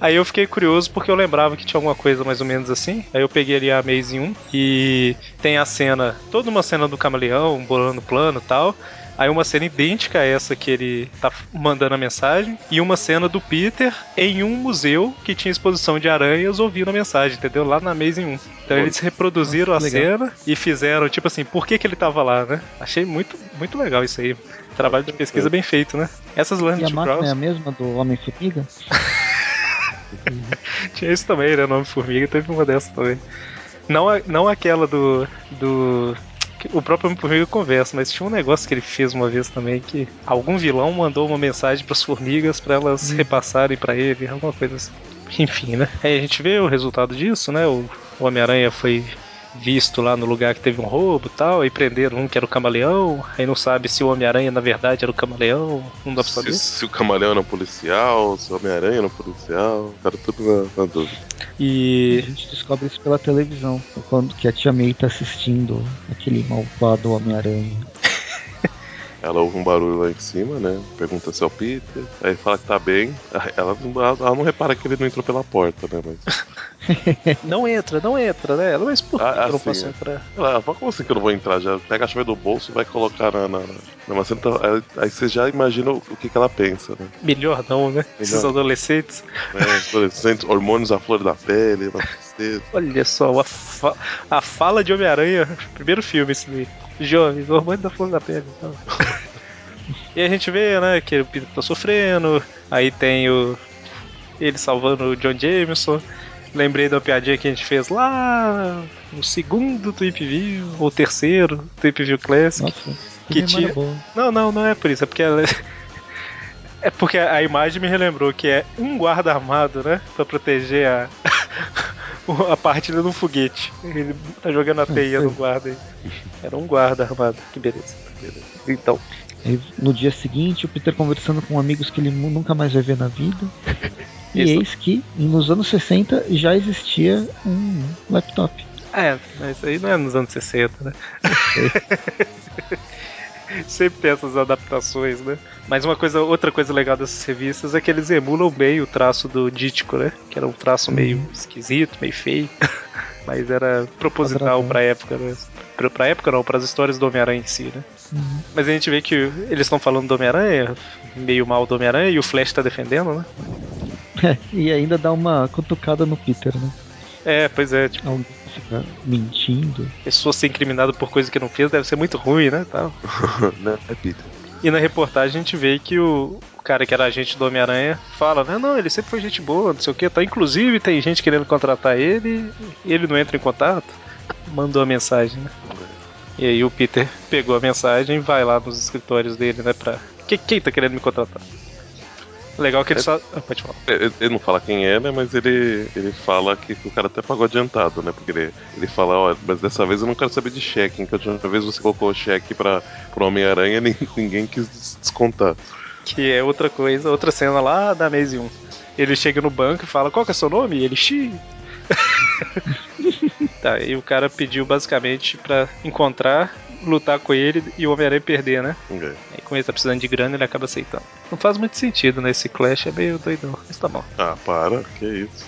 Speaker 1: Aí eu fiquei curioso porque eu lembrava que tinha alguma coisa mais ou menos assim. Aí eu peguei ali a Amazing 1 e tem a cena, toda uma cena do camaleão, bolando plano e tal. Aí uma cena idêntica a essa que ele tá f- mandando a mensagem e uma cena do Peter em um museu que tinha exposição de aranhas ouvindo a mensagem, entendeu? Lá na Amazing 1. Então eles reproduziram a
Speaker 2: Nossa, que
Speaker 1: cena e fizeram tipo assim, por que que ele tava lá, né? Achei muito muito legal isso aí. Trabalho de pesquisa bem feito, né? Essas
Speaker 2: E
Speaker 1: Learning
Speaker 2: a
Speaker 1: to
Speaker 2: máquina
Speaker 1: Browse-
Speaker 2: é a mesma do Homem-Formiga?
Speaker 1: Tinha isso também, né? O nome Formiga teve uma dessa também. Não, a- não aquela do. do. que O próprio Homem Formiga conversa, mas tinha um negócio que ele fez uma vez também que algum vilão mandou uma mensagem pras formigas pra elas
Speaker 3: Hum.
Speaker 1: repassarem pra ele, alguma coisa assim. Enfim, né? Aí a gente vê o resultado disso, né? O, o Homem-Aranha foi visto lá no lugar que teve um roubo e tal, aí prenderam um que era o camaleão, aí não sabe se o Homem-Aranha na verdade era o camaleão, não dá pra saber.
Speaker 3: se, se o Camaleão era um policial, se o Homem-Aranha era um policial. O cara tudo na, na dúvida.
Speaker 2: E a
Speaker 1: E.
Speaker 2: gente descobre isso pela televisão. Quando que a tia May tá assistindo aquele malvado Homem-Aranha.
Speaker 3: Ela ouve um barulho lá em cima, né? Pergunta se é o Peter. Aí fala que tá bem. Aí Ela, não- ela, ela não repara que ele não entrou pela porta, né? Mas.
Speaker 1: Não entra, não entra, né? Ela, mas por que
Speaker 3: Ah,
Speaker 1: que eu não
Speaker 3: assim,
Speaker 1: posso
Speaker 3: é.
Speaker 1: entrar?
Speaker 3: Ela fala, como assim que eu não vou entrar? Já pega a chave do bolso vai colocar na, na, na maçaneta. Aí, aí você já imagina o, o que, que ela pensa, né?
Speaker 1: Melhor não, né? Esses
Speaker 3: Melhor.
Speaker 1: adolescentes.
Speaker 3: né? Adolescentes, hormônios à flor da pele, uma tristeza.
Speaker 1: Olha só, a, fa- a fala de Homem-Aranha, primeiro filme isso daí. Jovens, hormônio da flor tá da pele. e tal. e a gente vê, né, que o Peter tá sofrendo, aí tem o. ele salvando o John Jameson. Lembrei da piadinha que a gente fez lá no segundo Tweep View, ou terceiro Tweep View Classic.
Speaker 2: Nossa,
Speaker 1: Que
Speaker 2: memória
Speaker 1: tia-
Speaker 2: boa.
Speaker 1: Não, não, não é por isso. É porque ela... É porque a imagem me relembrou que é um guarda armado, né? Pra proteger a, a partida do foguete. Ele tá jogando a teia no guarda aí. Era um guarda armado. Que beleza. beleza. Então,
Speaker 2: Aí, no dia seguinte, o Peter conversando com amigos que ele mu- nunca mais vai ver na vida. E
Speaker 1: Isso.
Speaker 2: eis que, nos anos 60, já existia um laptop.
Speaker 1: é, mas isso aí não é nos anos 60, né? Sempre tem essas adaptações, né? Mas uma coisa, outra coisa legal dessas revistas é que eles emulam bem o traço do Dítico, né? Que era um traço meio esquisito, meio feio. Mas era proposital
Speaker 2: Padrão.
Speaker 1: pra época, né? Pra, pra época não, pras histórias do Homem-Aranha em si, né?
Speaker 2: Uhum.
Speaker 1: Mas a gente vê que eles estão falando do Homem-Aranha, meio mal do Homem-Aranha, e o Flash tá defendendo, né?
Speaker 2: e ainda dá uma cutucada no Peter, né?
Speaker 1: É, pois é, tipo,
Speaker 2: Alguém fica tá mentindo.
Speaker 1: pessoa ser incriminada por coisa que não fez deve ser muito ruim, né? Tal.
Speaker 3: né? É Peter.
Speaker 1: E na reportagem a gente vê que o, o cara que era agente do Homem-Aranha fala, né? Não, ele sempre foi gente boa, não sei o que. Tá, inclusive tem gente querendo contratar ele e ele não entra em contato. Mandou a mensagem, né? E aí o Peter pegou a mensagem e vai lá nos escritórios dele, né? Pra. Que, quem tá querendo me contratar? Legal que ele
Speaker 3: É-
Speaker 1: só. Ah, pode falar.
Speaker 3: Ele, ele não fala quem é, né? Mas ele, ele fala que o cara até pagou adiantado, né? Porque ele, ele fala, ó, mas dessa vez eu não quero saber de cheque, hein? Que a última vez você colocou o cheque pra, pro Homem-Aranha e nin- ninguém quis des- descontar.
Speaker 1: Que é outra coisa, outra cena lá da Maze 1. Ele chega no banco e fala, qual que é seu nome? E ele, xi. tá, e o cara pediu basicamente pra encontrar, lutar com ele e o Homem-Aranha perder, né?
Speaker 3: É.
Speaker 1: Aí como ele tá precisando de grana, ele acaba aceitando. Não faz muito sentido, né? Esse Clash é meio doidão, mas tá bom.
Speaker 3: Ah, para, que isso.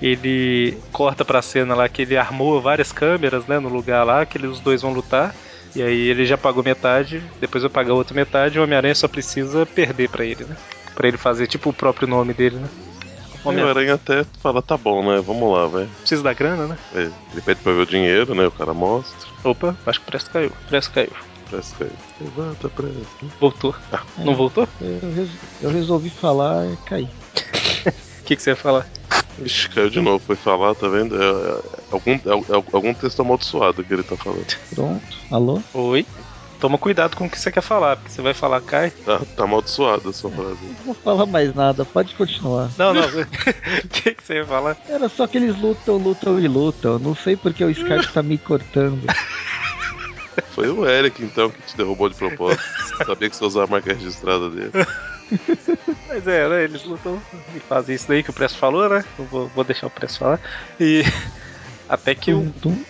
Speaker 1: Ele corta pra cena lá que ele armou várias câmeras, né? No lugar lá, que eles- os dois vão lutar. E aí ele já pagou metade, depois vai pagar a outra metade, e o Homem-Aranha só precisa perder pra ele, né? Pra ele fazer tipo o próprio nome dele, né?
Speaker 3: O
Speaker 1: Homem-Aranha
Speaker 3: Homem-Aranha até fala, tá bom, né? Vamos lá, velho.
Speaker 1: precisa da grana, né?
Speaker 3: É, Ele pede pra ver o dinheiro, né? O cara mostra.
Speaker 1: Opa, acho que o preço caiu. O preço caiu.
Speaker 3: Parece que é. Levanta, presta.
Speaker 1: Voltou. Ah, Não voltou?
Speaker 2: Eu, res- eu resolvi falar e caí.
Speaker 1: O que, que você ia falar?
Speaker 3: Ixi, caiu de novo, foi falar, tá vendo? É, é, algum, é, é algum texto amaldiçoado que ele tá falando.
Speaker 2: Pronto. Alô?
Speaker 1: Oi? Toma cuidado com o que você quer falar, porque você vai falar, cai.
Speaker 3: Tá, tá amaldiçoado a sua frase.
Speaker 2: Não vou falar mais nada, pode continuar.
Speaker 1: Não, não. O que, que você ia falar?
Speaker 2: Era só que eles lutam, lutam e lutam. Não sei porque o Skype tá me cortando.
Speaker 3: Foi o Eric, então, que te derrubou de propósito. Sabia que você usava a marca registrada dele.
Speaker 1: Mas é, né, eles lutam e fazem isso daí que o Presto falou, né? Eu vou, vou deixar o Presto falar. E até que um,
Speaker 2: Tum, tum.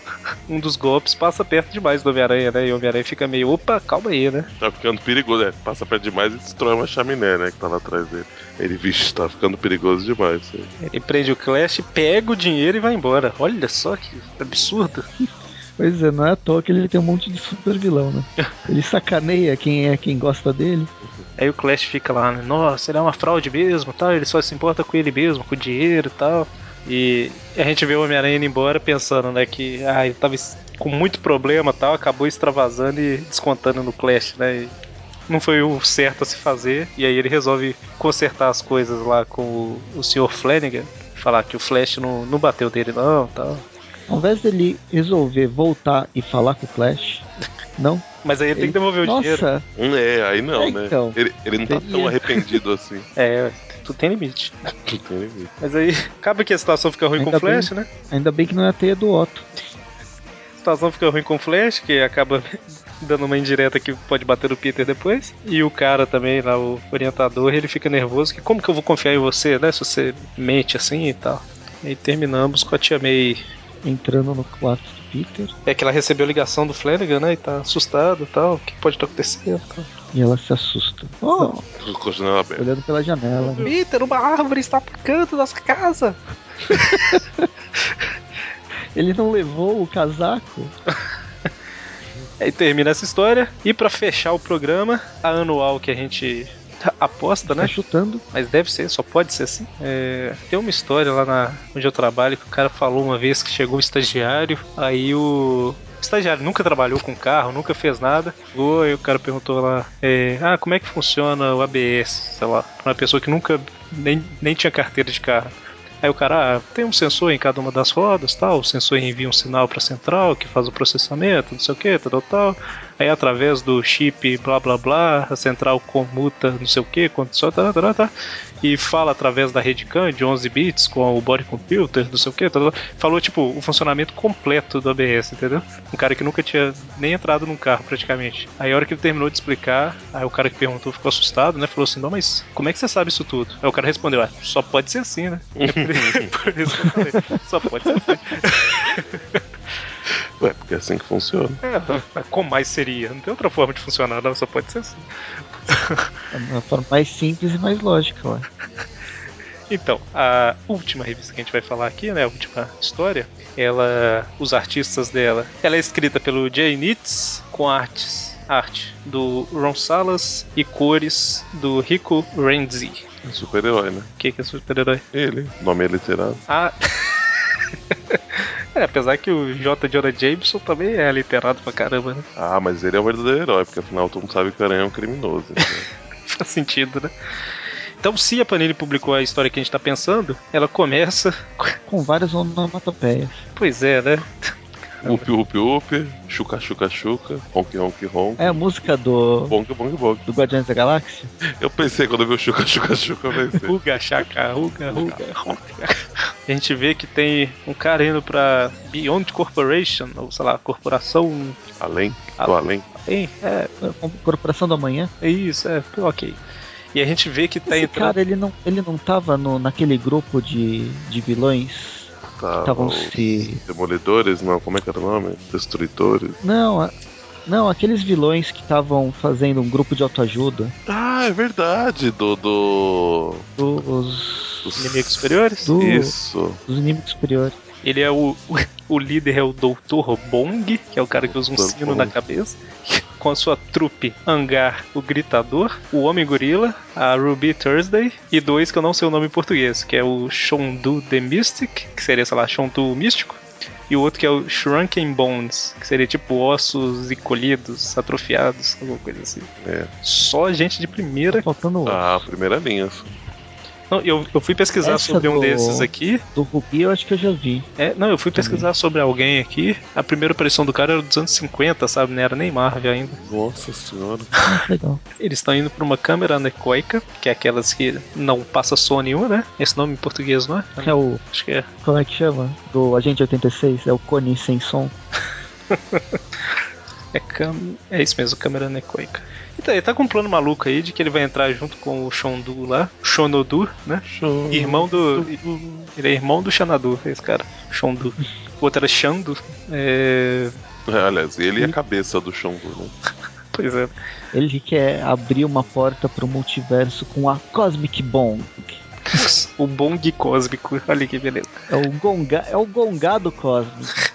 Speaker 1: um dos golpes passa perto demais do Homem-Aranha, né? E o Homem-Aranha fica meio, opa, calma aí, né?
Speaker 3: Tá ficando perigoso, né? Passa perto demais e destrói uma chaminé, né? Que tá lá atrás dele. Ele, vixe, tá ficando perigoso demais. isso aí.
Speaker 1: Ele prende o Clash, pega o dinheiro e vai embora. Olha só que absurdo.
Speaker 2: Pois é, não é à toa que ele tem um monte de super vilão, né? Ele sacaneia quem é quem gosta dele.
Speaker 1: Aí o Clash fica lá, né? Nossa, ele é uma fraude mesmo, tal. Ele só se importa com ele mesmo, com o dinheiro e tal. E a gente vê o Homem-Aranha indo embora pensando, né, que ah, ele tava es- com muito problema tal, acabou extravasando e descontando no Clash, né? E não foi o certo a se fazer. E aí ele resolve consertar as coisas lá com o, o Sr. Flanagan. Falar que o Flash não, não bateu dele, não tal.
Speaker 2: Ao invés dele resolver voltar e falar com o Flash, não.
Speaker 1: Mas aí ele, tem
Speaker 2: Ele-
Speaker 1: que devolver o dinheiro.
Speaker 2: Nossa,
Speaker 3: Hum, É, aí não,
Speaker 2: É,
Speaker 3: né?
Speaker 2: então.
Speaker 3: Ele, ele não tá tão
Speaker 2: Seria.
Speaker 3: arrependido assim.
Speaker 1: É, tu tem limite.
Speaker 3: Não tem limite.
Speaker 1: Mas aí acaba que a situação fica ruim com o
Speaker 2: Ainda bem.
Speaker 1: Flash, né?
Speaker 2: ainda bem que não é a teia do Otto.
Speaker 1: A situação fica ruim com o Flash, que acaba dando uma indireta que pode bater o Peter depois. E o cara também, lá, o orientador, ele fica nervoso, que como que eu vou confiar em você, né? Se você mente assim e tal. E aí terminamos com a tia May.
Speaker 2: Entrando no quarto do Peter.
Speaker 1: É que ela recebeu a ligação do Flanagan, né? E tá assustado e tal. O que pode estar acontecendo? e tal.
Speaker 2: E ela se assusta. Oh,
Speaker 3: Com a janela aberta.
Speaker 2: olhando pela janela. né?
Speaker 1: Peter, uma árvore está atacando nossa casa.
Speaker 2: Ele não levou o casaco.
Speaker 1: Aí termina essa história. E pra fechar o programa, a anual que a gente aposta, né?
Speaker 2: Tá chutando.
Speaker 1: mas deve ser, só pode ser assim. É, tem uma história lá na, onde eu trabalho que o cara falou uma vez que chegou um estagiário, aí o. o Estagiário nunca trabalhou com carro, nunca fez nada. Chegou e o cara perguntou lá: é, Ah, como é que funciona o ABS? Sei lá, pra uma pessoa que nunca nem, nem tinha carteira de carro. Aí o cara, ah, tem um sensor em cada uma das rodas, tal, o sensor envia um sinal pra central que faz o processamento, não sei o que, tal, tal, tal. Aí através do chip blá blá blá, a central comuta não sei o que, condiciona, tá, tá, tá, tá, e fala através da rede CAN de 11 bits com o body computer, não sei o que, tá, tá, tá. falou tipo o funcionamento completo do ABS, entendeu? Um cara que nunca tinha nem entrado num carro praticamente. Aí a hora que ele terminou de explicar, aí o cara que perguntou ficou assustado, né? Falou assim: "Não, mas como é que você sabe isso tudo?" Aí o cara respondeu: "Ah, só pode ser assim, né?" É por isso que eu falei, só pode ser assim.
Speaker 3: Ué, porque é assim que funciona.
Speaker 1: É, como mais seria? Não tem outra forma de funcionar, não, só pode ser assim.
Speaker 2: É uma forma mais simples e mais lógica, ué.
Speaker 1: Então, a última revista que a gente vai falar aqui, né, a última história, ela, os artistas dela, ela é escrita pelo Jay Nitz com artes, arte do Ron Salas e cores do Rico Renzi.
Speaker 3: É um super-herói, né?
Speaker 1: O que que é super-herói?
Speaker 3: Ele, nome é literal.
Speaker 1: Ah, é, apesar que o J. Jonah Jameson também é literado pra caramba, né?
Speaker 3: Ah, mas ele é o verdadeiro herói, porque afinal todo mundo sabe que o Aranha é um criminoso. então.
Speaker 1: Faz sentido, né? Então, se a Panini publicou a história que a gente tá pensando, ela começa
Speaker 2: Com várias onomatopeias.
Speaker 1: Pois é, né?
Speaker 3: Up, up, up, chuca, chuca, chuca, honk, honk, honk,
Speaker 2: É a música do,
Speaker 3: bong, bong, bong.
Speaker 2: do Guardiões da Galáxia?
Speaker 3: Eu pensei quando eu vi o chuca, chuca, chuca, eu pensei.
Speaker 1: Ruga, chaca, ruga, ruga, ruga. A gente vê que tem um cara indo pra Beyond Corporation, ou sei lá, corporação.
Speaker 3: Além, tô além.
Speaker 1: Hein? É,
Speaker 2: Corporação do Amanhã?
Speaker 1: é isso, é, pô, ok. E a gente vê que tá
Speaker 2: Esse
Speaker 1: entrando.
Speaker 2: cara, ele não, ele não tava no, naquele grupo de, de vilões que
Speaker 1: Ah,
Speaker 3: Tá,
Speaker 2: estavam
Speaker 3: os
Speaker 2: se.
Speaker 3: Demolidores, não, como é que era o nome? Destruidores.
Speaker 2: Não, a- não, aqueles vilões que estavam fazendo um grupo de autoajuda
Speaker 3: Ah, é verdade, do. do...
Speaker 2: dos,
Speaker 3: dos-
Speaker 1: Inimigos superiores?
Speaker 2: do-
Speaker 3: Uh, Isso.
Speaker 2: dos inimigos superiores. Tá
Speaker 1: Ele é o. O líder é o Dr. Bong, que é o cara que usa um
Speaker 3: Dr.
Speaker 1: sino
Speaker 3: Bong.
Speaker 1: na cabeça. Com a sua trupe Angar, o Gritador, o Homem Gorila, a Ruby Thursday e dois que eu não sei o nome em português, que é o Shondu The Mystic, que seria, sei lá, Shondu Místico, e o outro que é o Shrunken Bones, que seria tipo ossos encolhidos, atrofiados, alguma coisa assim.
Speaker 3: É.
Speaker 1: Só gente de primeira.
Speaker 2: Tá faltando o
Speaker 3: Ah, primeira linha.
Speaker 1: Não, eu, eu fui pesquisar
Speaker 2: Essa
Speaker 1: sobre um
Speaker 2: do-
Speaker 1: desses aqui,
Speaker 2: do Rubi, eu acho que eu já vi.
Speaker 1: É, não, eu fui pesquisar sobre alguém aqui. A primeira aparição do cara era dos anos 50, sabe? Não era nem Marvel ainda.
Speaker 3: Nossa senhora.
Speaker 2: Ah, legal.
Speaker 1: Eles estão indo pra uma câmera anecoica, que é aquelas que não passa som nenhum, né? Esse nome em português, não é?
Speaker 2: Que é o.
Speaker 1: Acho que é.
Speaker 2: Como é que chama? Do Agente 86? É o Cone sem som.
Speaker 1: É, cam... é isso mesmo, câmera anecoica. Então, ele tá com um plano maluco aí de que ele vai entrar junto com o Shondu lá, Shonodu, né? Irmão do. Ele é irmão do Xanadu, esse cara. Shondu. O outro era Xandu. É...
Speaker 3: É, aliás, ele e a cabeça do Xandu, né?
Speaker 1: Pois é.
Speaker 2: Ele quer abrir uma porta pro multiverso com a Cosmic Bomb.
Speaker 1: o Bong Cósmico. Olha que beleza.
Speaker 2: É o, gonga, é o gongado Cosmic.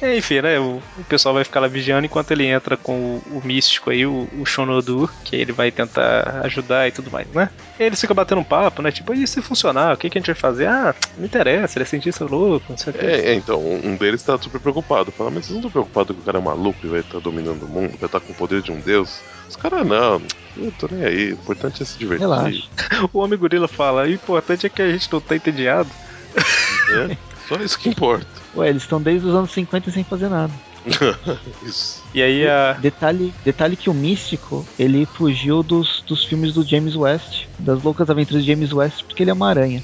Speaker 1: É, enfim, né? O, o pessoal vai ficar lá vigiando enquanto ele entra com o, o místico aí, o, o Shonodu, que ele vai tentar ajudar e tudo mais, né? E eles ficam batendo um papo, né? Tipo, e se funcionar? O que, que a gente vai fazer? Ah, não interessa, ele é cientista louco, não sei o quê.
Speaker 3: É, é, então, um um deles tá super preocupado. Fala, mas vocês não estão preocupados que o cara é maluco e vai estar dominando o mundo, vai estar com o poder de um deus? Os caras não, eu tô nem aí. O importante é se divertir.
Speaker 2: Relaxa.
Speaker 1: O homem gorila fala, o importante é que a gente não tá entediado.
Speaker 3: né? Só isso que importa.
Speaker 2: Ué, eles estão desde os anos 50 sem fazer nada.
Speaker 3: Isso.
Speaker 1: E aí a.
Speaker 2: Detalhe, detalhe que o Místico, ele fugiu dos, dos filmes do James West, das loucas aventuras de James West, porque ele é uma aranha.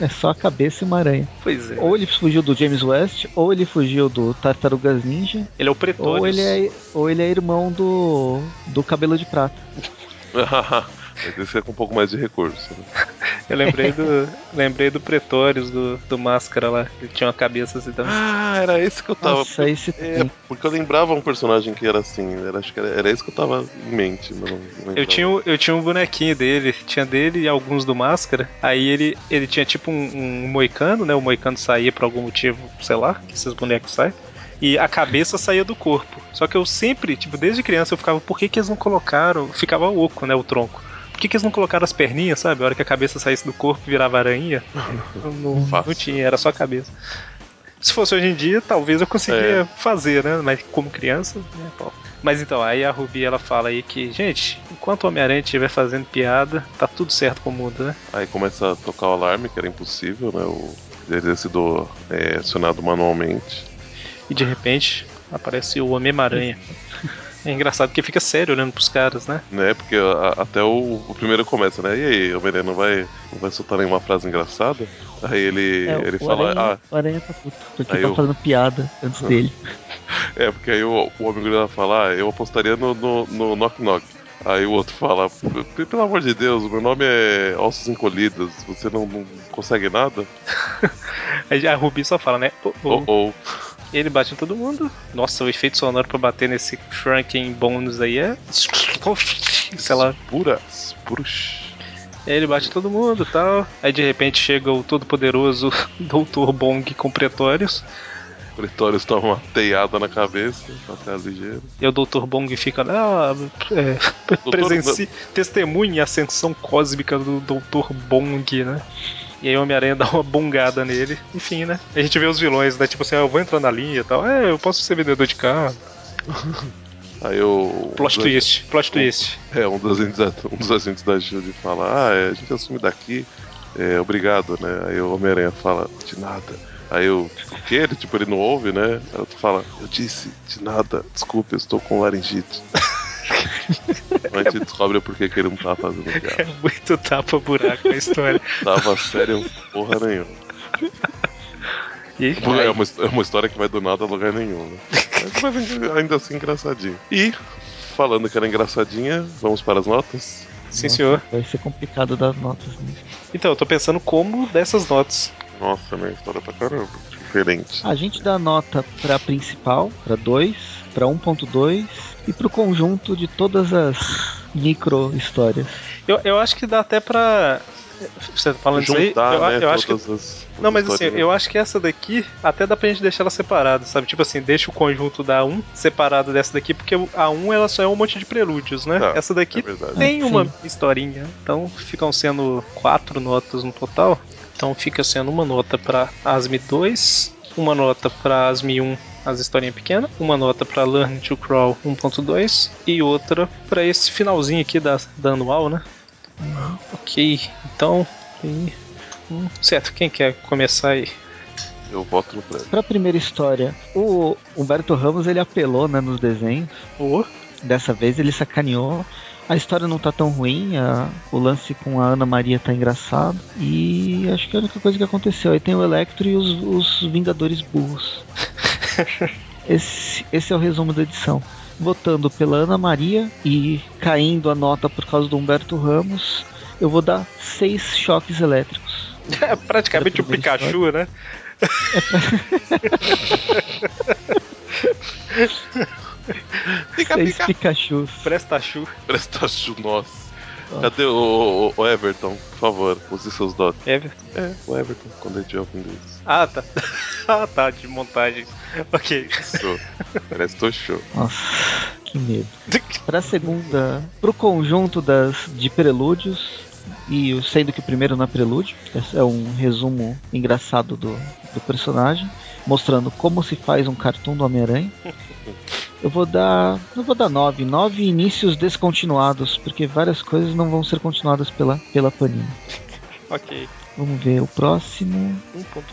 Speaker 2: É só a cabeça e uma aranha.
Speaker 1: Pois é.
Speaker 2: Ou ele fugiu do James West, ou ele fugiu do Tartarugas Ninja,
Speaker 1: Ele é o pretório.
Speaker 2: ou ele, é, ou ele é irmão do, do Cabelo de Prata.
Speaker 3: mas esse é com um pouco mais de recurso. né?
Speaker 1: Eu lembrei do. lembrei do Pretórios do, do máscara lá. Ele tinha uma cabeça assim também.
Speaker 3: Ah, era esse que eu tava.
Speaker 2: Nossa, tá esse
Speaker 3: É,
Speaker 2: tem.
Speaker 3: porque eu lembrava um personagem que era assim, era, acho que era, era esse que eu tava em mente. Não, não lembrava.
Speaker 1: Eu tinha, o- eu tinha um bonequinho dele, tinha dele e alguns do Máscara. Aí ele, ele tinha tipo um, um moicano, né? O moicano saía por algum motivo, sei lá, que esses bonecos saem. E a cabeça saía do corpo. Só que eu sempre, tipo, desde criança eu ficava, por que, que eles não colocaram? Ficava oco, né? O tronco. Por que, que eles não colocaram as perninhas, sabe? A hora que a cabeça saísse do corpo virava aranha. Eu Não, não
Speaker 3: Fácil.
Speaker 1: tinha, era só a cabeça. Se fosse hoje em dia, talvez eu conseguia fazer, né? Mas como criança, né? pau. Mas então, aí a Ruby ela fala aí que, gente, enquanto o Homem-Aranha estiver fazendo piada, tá tudo certo com o mundo, né?
Speaker 3: Aí começa a tocar o alarme, que era impossível, né? O ele ter sido é, acionado manualmente.
Speaker 1: E de repente aparece o Homem-Aranha. É engraçado que fica sério olhando pros caras, né?
Speaker 3: Né? Porque a- até o, o primeiro começa, né? E aí, o Homem-Aranha não vai, não vai soltar nenhuma frase engraçada? Aí ele,
Speaker 2: É,
Speaker 3: ele
Speaker 2: o,
Speaker 3: fala, "Ah,
Speaker 2: aranha, o Aranha tá puto, porque
Speaker 3: Aí
Speaker 2: tá
Speaker 3: eu- Hum.
Speaker 2: fazendo piada antes dele.
Speaker 3: ah, é, porque aí o, o homem gorila fala, ah, eu apostaria no, no, no Knock Knock. Aí o outro fala, "P- p- pelo amor de Deus, meu nome é Ossos Encolhidos, você não, não consegue nada?
Speaker 1: Aí a Ruby só fala, né? "Oh, oh."
Speaker 3: Ou, ou,
Speaker 1: E ele bate em todo mundo. Nossa, o efeito sonoro pra bater nesse Shrunken Bonus aí é. Sei lá.
Speaker 3: pura, purush.
Speaker 1: Aí ele bate em todo mundo e tal. Aí de repente chega o todo-poderoso Dr. Bong com Pretórios.
Speaker 3: O Pretórios toma uma teiada na cabeça, pra ficar ligeiro.
Speaker 1: E o Dr. Bong fica lá, ah, é, presenci, testemunha a ascensão cósmica do Dr. Bong, né? E aí o Homem-Aranha dá uma bongada nele. Enfim, né? A gente vê os vilões, né? Tipo assim, ah, eu vou entrar na linha e tal. É, eu posso ser vendedor de carro.
Speaker 3: Aí o.
Speaker 1: Plot
Speaker 3: o-
Speaker 1: twist, plot twist.
Speaker 3: É, um dos, agentes, da- um dos agentes da Shield fala: Ah, é, a gente assume daqui, é, obrigado, né? Aí o Homem-Aranha fala: De nada, Aí eu, o que? Ele, tipo, ele não ouve, né? Ela fala, eu disse, de nada, desculpa, eu estou com laringite. Mas a gente descobre por que que ele não tá fazendo
Speaker 1: É
Speaker 3: piada.
Speaker 1: muito tapa-buraco a história.
Speaker 3: Tava sério porra nenhuma.
Speaker 1: E,
Speaker 3: É uma, his- é uma história que vai do nada a lugar nenhum, né? Mas, mas ainda assim engraçadinho. E, falando que era engraçadinha, vamos para as notas?
Speaker 1: sim, senhor.
Speaker 2: Vai ser complicado das notas. Né?
Speaker 1: Então, eu tô pensando como dessas notas.
Speaker 3: Nossa, minha história pra caramba. Diferente.
Speaker 2: Ah, A gente dá nota pra principal, pra 2, pra 1.2 e pro conjunto de todas as micro histórias.
Speaker 1: Eu, eu acho que dá até pra. Você tá falando isso aí?
Speaker 3: Juntar,
Speaker 1: Eu,
Speaker 3: né,
Speaker 1: eu acho que
Speaker 3: todas as.
Speaker 1: Não, mas assim,
Speaker 3: historinhas.
Speaker 1: eu acho que essa daqui, até dá pra gente deixar ela separada, sabe? Tipo assim, deixa o conjunto da 1 separado dessa daqui, porque a 1 ela só é um monte de prelúdios, né?
Speaker 3: Tá,
Speaker 1: essa
Speaker 3: É
Speaker 1: daqui
Speaker 3: verdade.
Speaker 1: tem
Speaker 2: É,
Speaker 1: uma
Speaker 2: sim.
Speaker 1: historinha. Então ficam sendo quatro notas no total. Então fica sendo uma nota pra ASME 2, uma nota pra ASME 1, as historinhas pequenas, uma nota pra Learn to Crawl 1.2 e outra pra esse finalzinho aqui da, da anual, né? Ok, então. e- hum, Certo, quem quer começar aí?
Speaker 3: Eu voto no prédio.
Speaker 2: Pra primeira história, o Humberto Ramos ele apelou né, nos desenhos.
Speaker 1: O?
Speaker 2: Dessa vez ele sacaneou. A história não tá tão ruim, a- o lance com a Ana Maria tá engraçado. E acho que é a única coisa que aconteceu. Aí tem o Electro e os, os Vingadores Burros. Esse, esse é o resumo da edição. Votando pela Ana Maria e caindo a nota por causa do Humberto Ramos, eu vou dar seis choques elétricos.
Speaker 1: É praticamente o
Speaker 2: Pra primeira
Speaker 1: Pikachu, né?
Speaker 2: seis Pikachus.
Speaker 1: Prestachu.
Speaker 3: Prestachu, nossa.
Speaker 1: Ah.
Speaker 2: Nossa.
Speaker 3: Cadê o, o- o Everton? Por favor, use seus dotes.
Speaker 1: Everton.
Speaker 3: É, o Everton, quando ele estiver ouvindo isso.
Speaker 1: Ah, tá. ah, tá, de montagens. Ok.
Speaker 3: Show. Parece que tô show.
Speaker 2: Nossa, que medo. Pra segunda, pro conjunto das de prelúdios, e o- sendo que o primeiro não é prelúdio, esse é um resumo engraçado do, do personagem, mostrando como se faz um cartoon do Homem-Aranha. Eu vou dar. Eu vou dar nove, nove inícios descontinuados, porque várias coisas não vão ser continuadas pela, pela Panini.
Speaker 1: Ok.
Speaker 2: Vamos ver, o próximo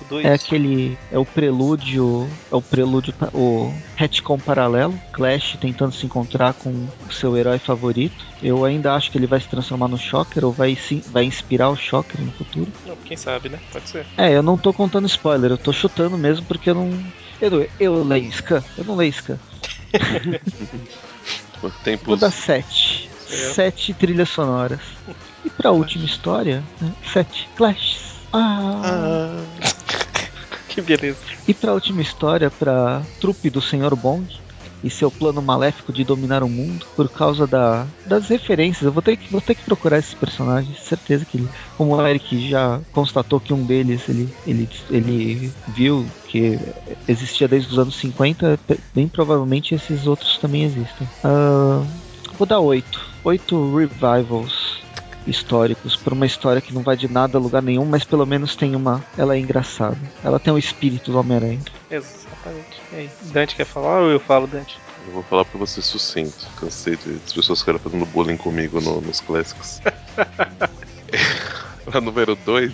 Speaker 1: 1.2.
Speaker 2: é aquele. É o prelúdio. É o prelúdio. pa- O retcon paralelo. Clash tentando se encontrar com o seu herói favorito. Eu ainda acho que ele vai se transformar no Shocker ou vai, se, vai inspirar o Shocker no futuro.
Speaker 1: Não, quem sabe, né? Pode ser.
Speaker 2: É, eu não tô contando spoiler, eu tô chutando mesmo porque eu não. Edu, eu leio Scan. Eu não leio Scan. Vou
Speaker 3: Tempos.
Speaker 2: dar 7.
Speaker 1: Certo.
Speaker 2: 7 trilhas sonoras. E pra última história, 7 Clash. ah.
Speaker 1: Que beleza.
Speaker 2: E pra última história, pra trupe do Sr. Bond e seu plano maléfico de dominar o mundo por causa da, das referências. Eu vou ter, que, vou ter que procurar esses personagens, certeza que ele, como o Eric já constatou que um deles ele, ele, ele viu que existia desde os anos 50, pe- bem provavelmente esses outros também existem. Ah, vou dar oito, oito revivals históricos por uma história que não vai de nada a lugar nenhum, mas pelo menos tem uma. Ela é engraçada. Ela tem o espírito do Homem-Aranha. É um
Speaker 1: Exatamente. E aí, Dante quer falar ou eu falo, Dante?
Speaker 3: Eu vou falar pra você sucinto. Cansei de, das pessoas ficarem fazendo bullying comigo no- nos clássicos. Na número 2,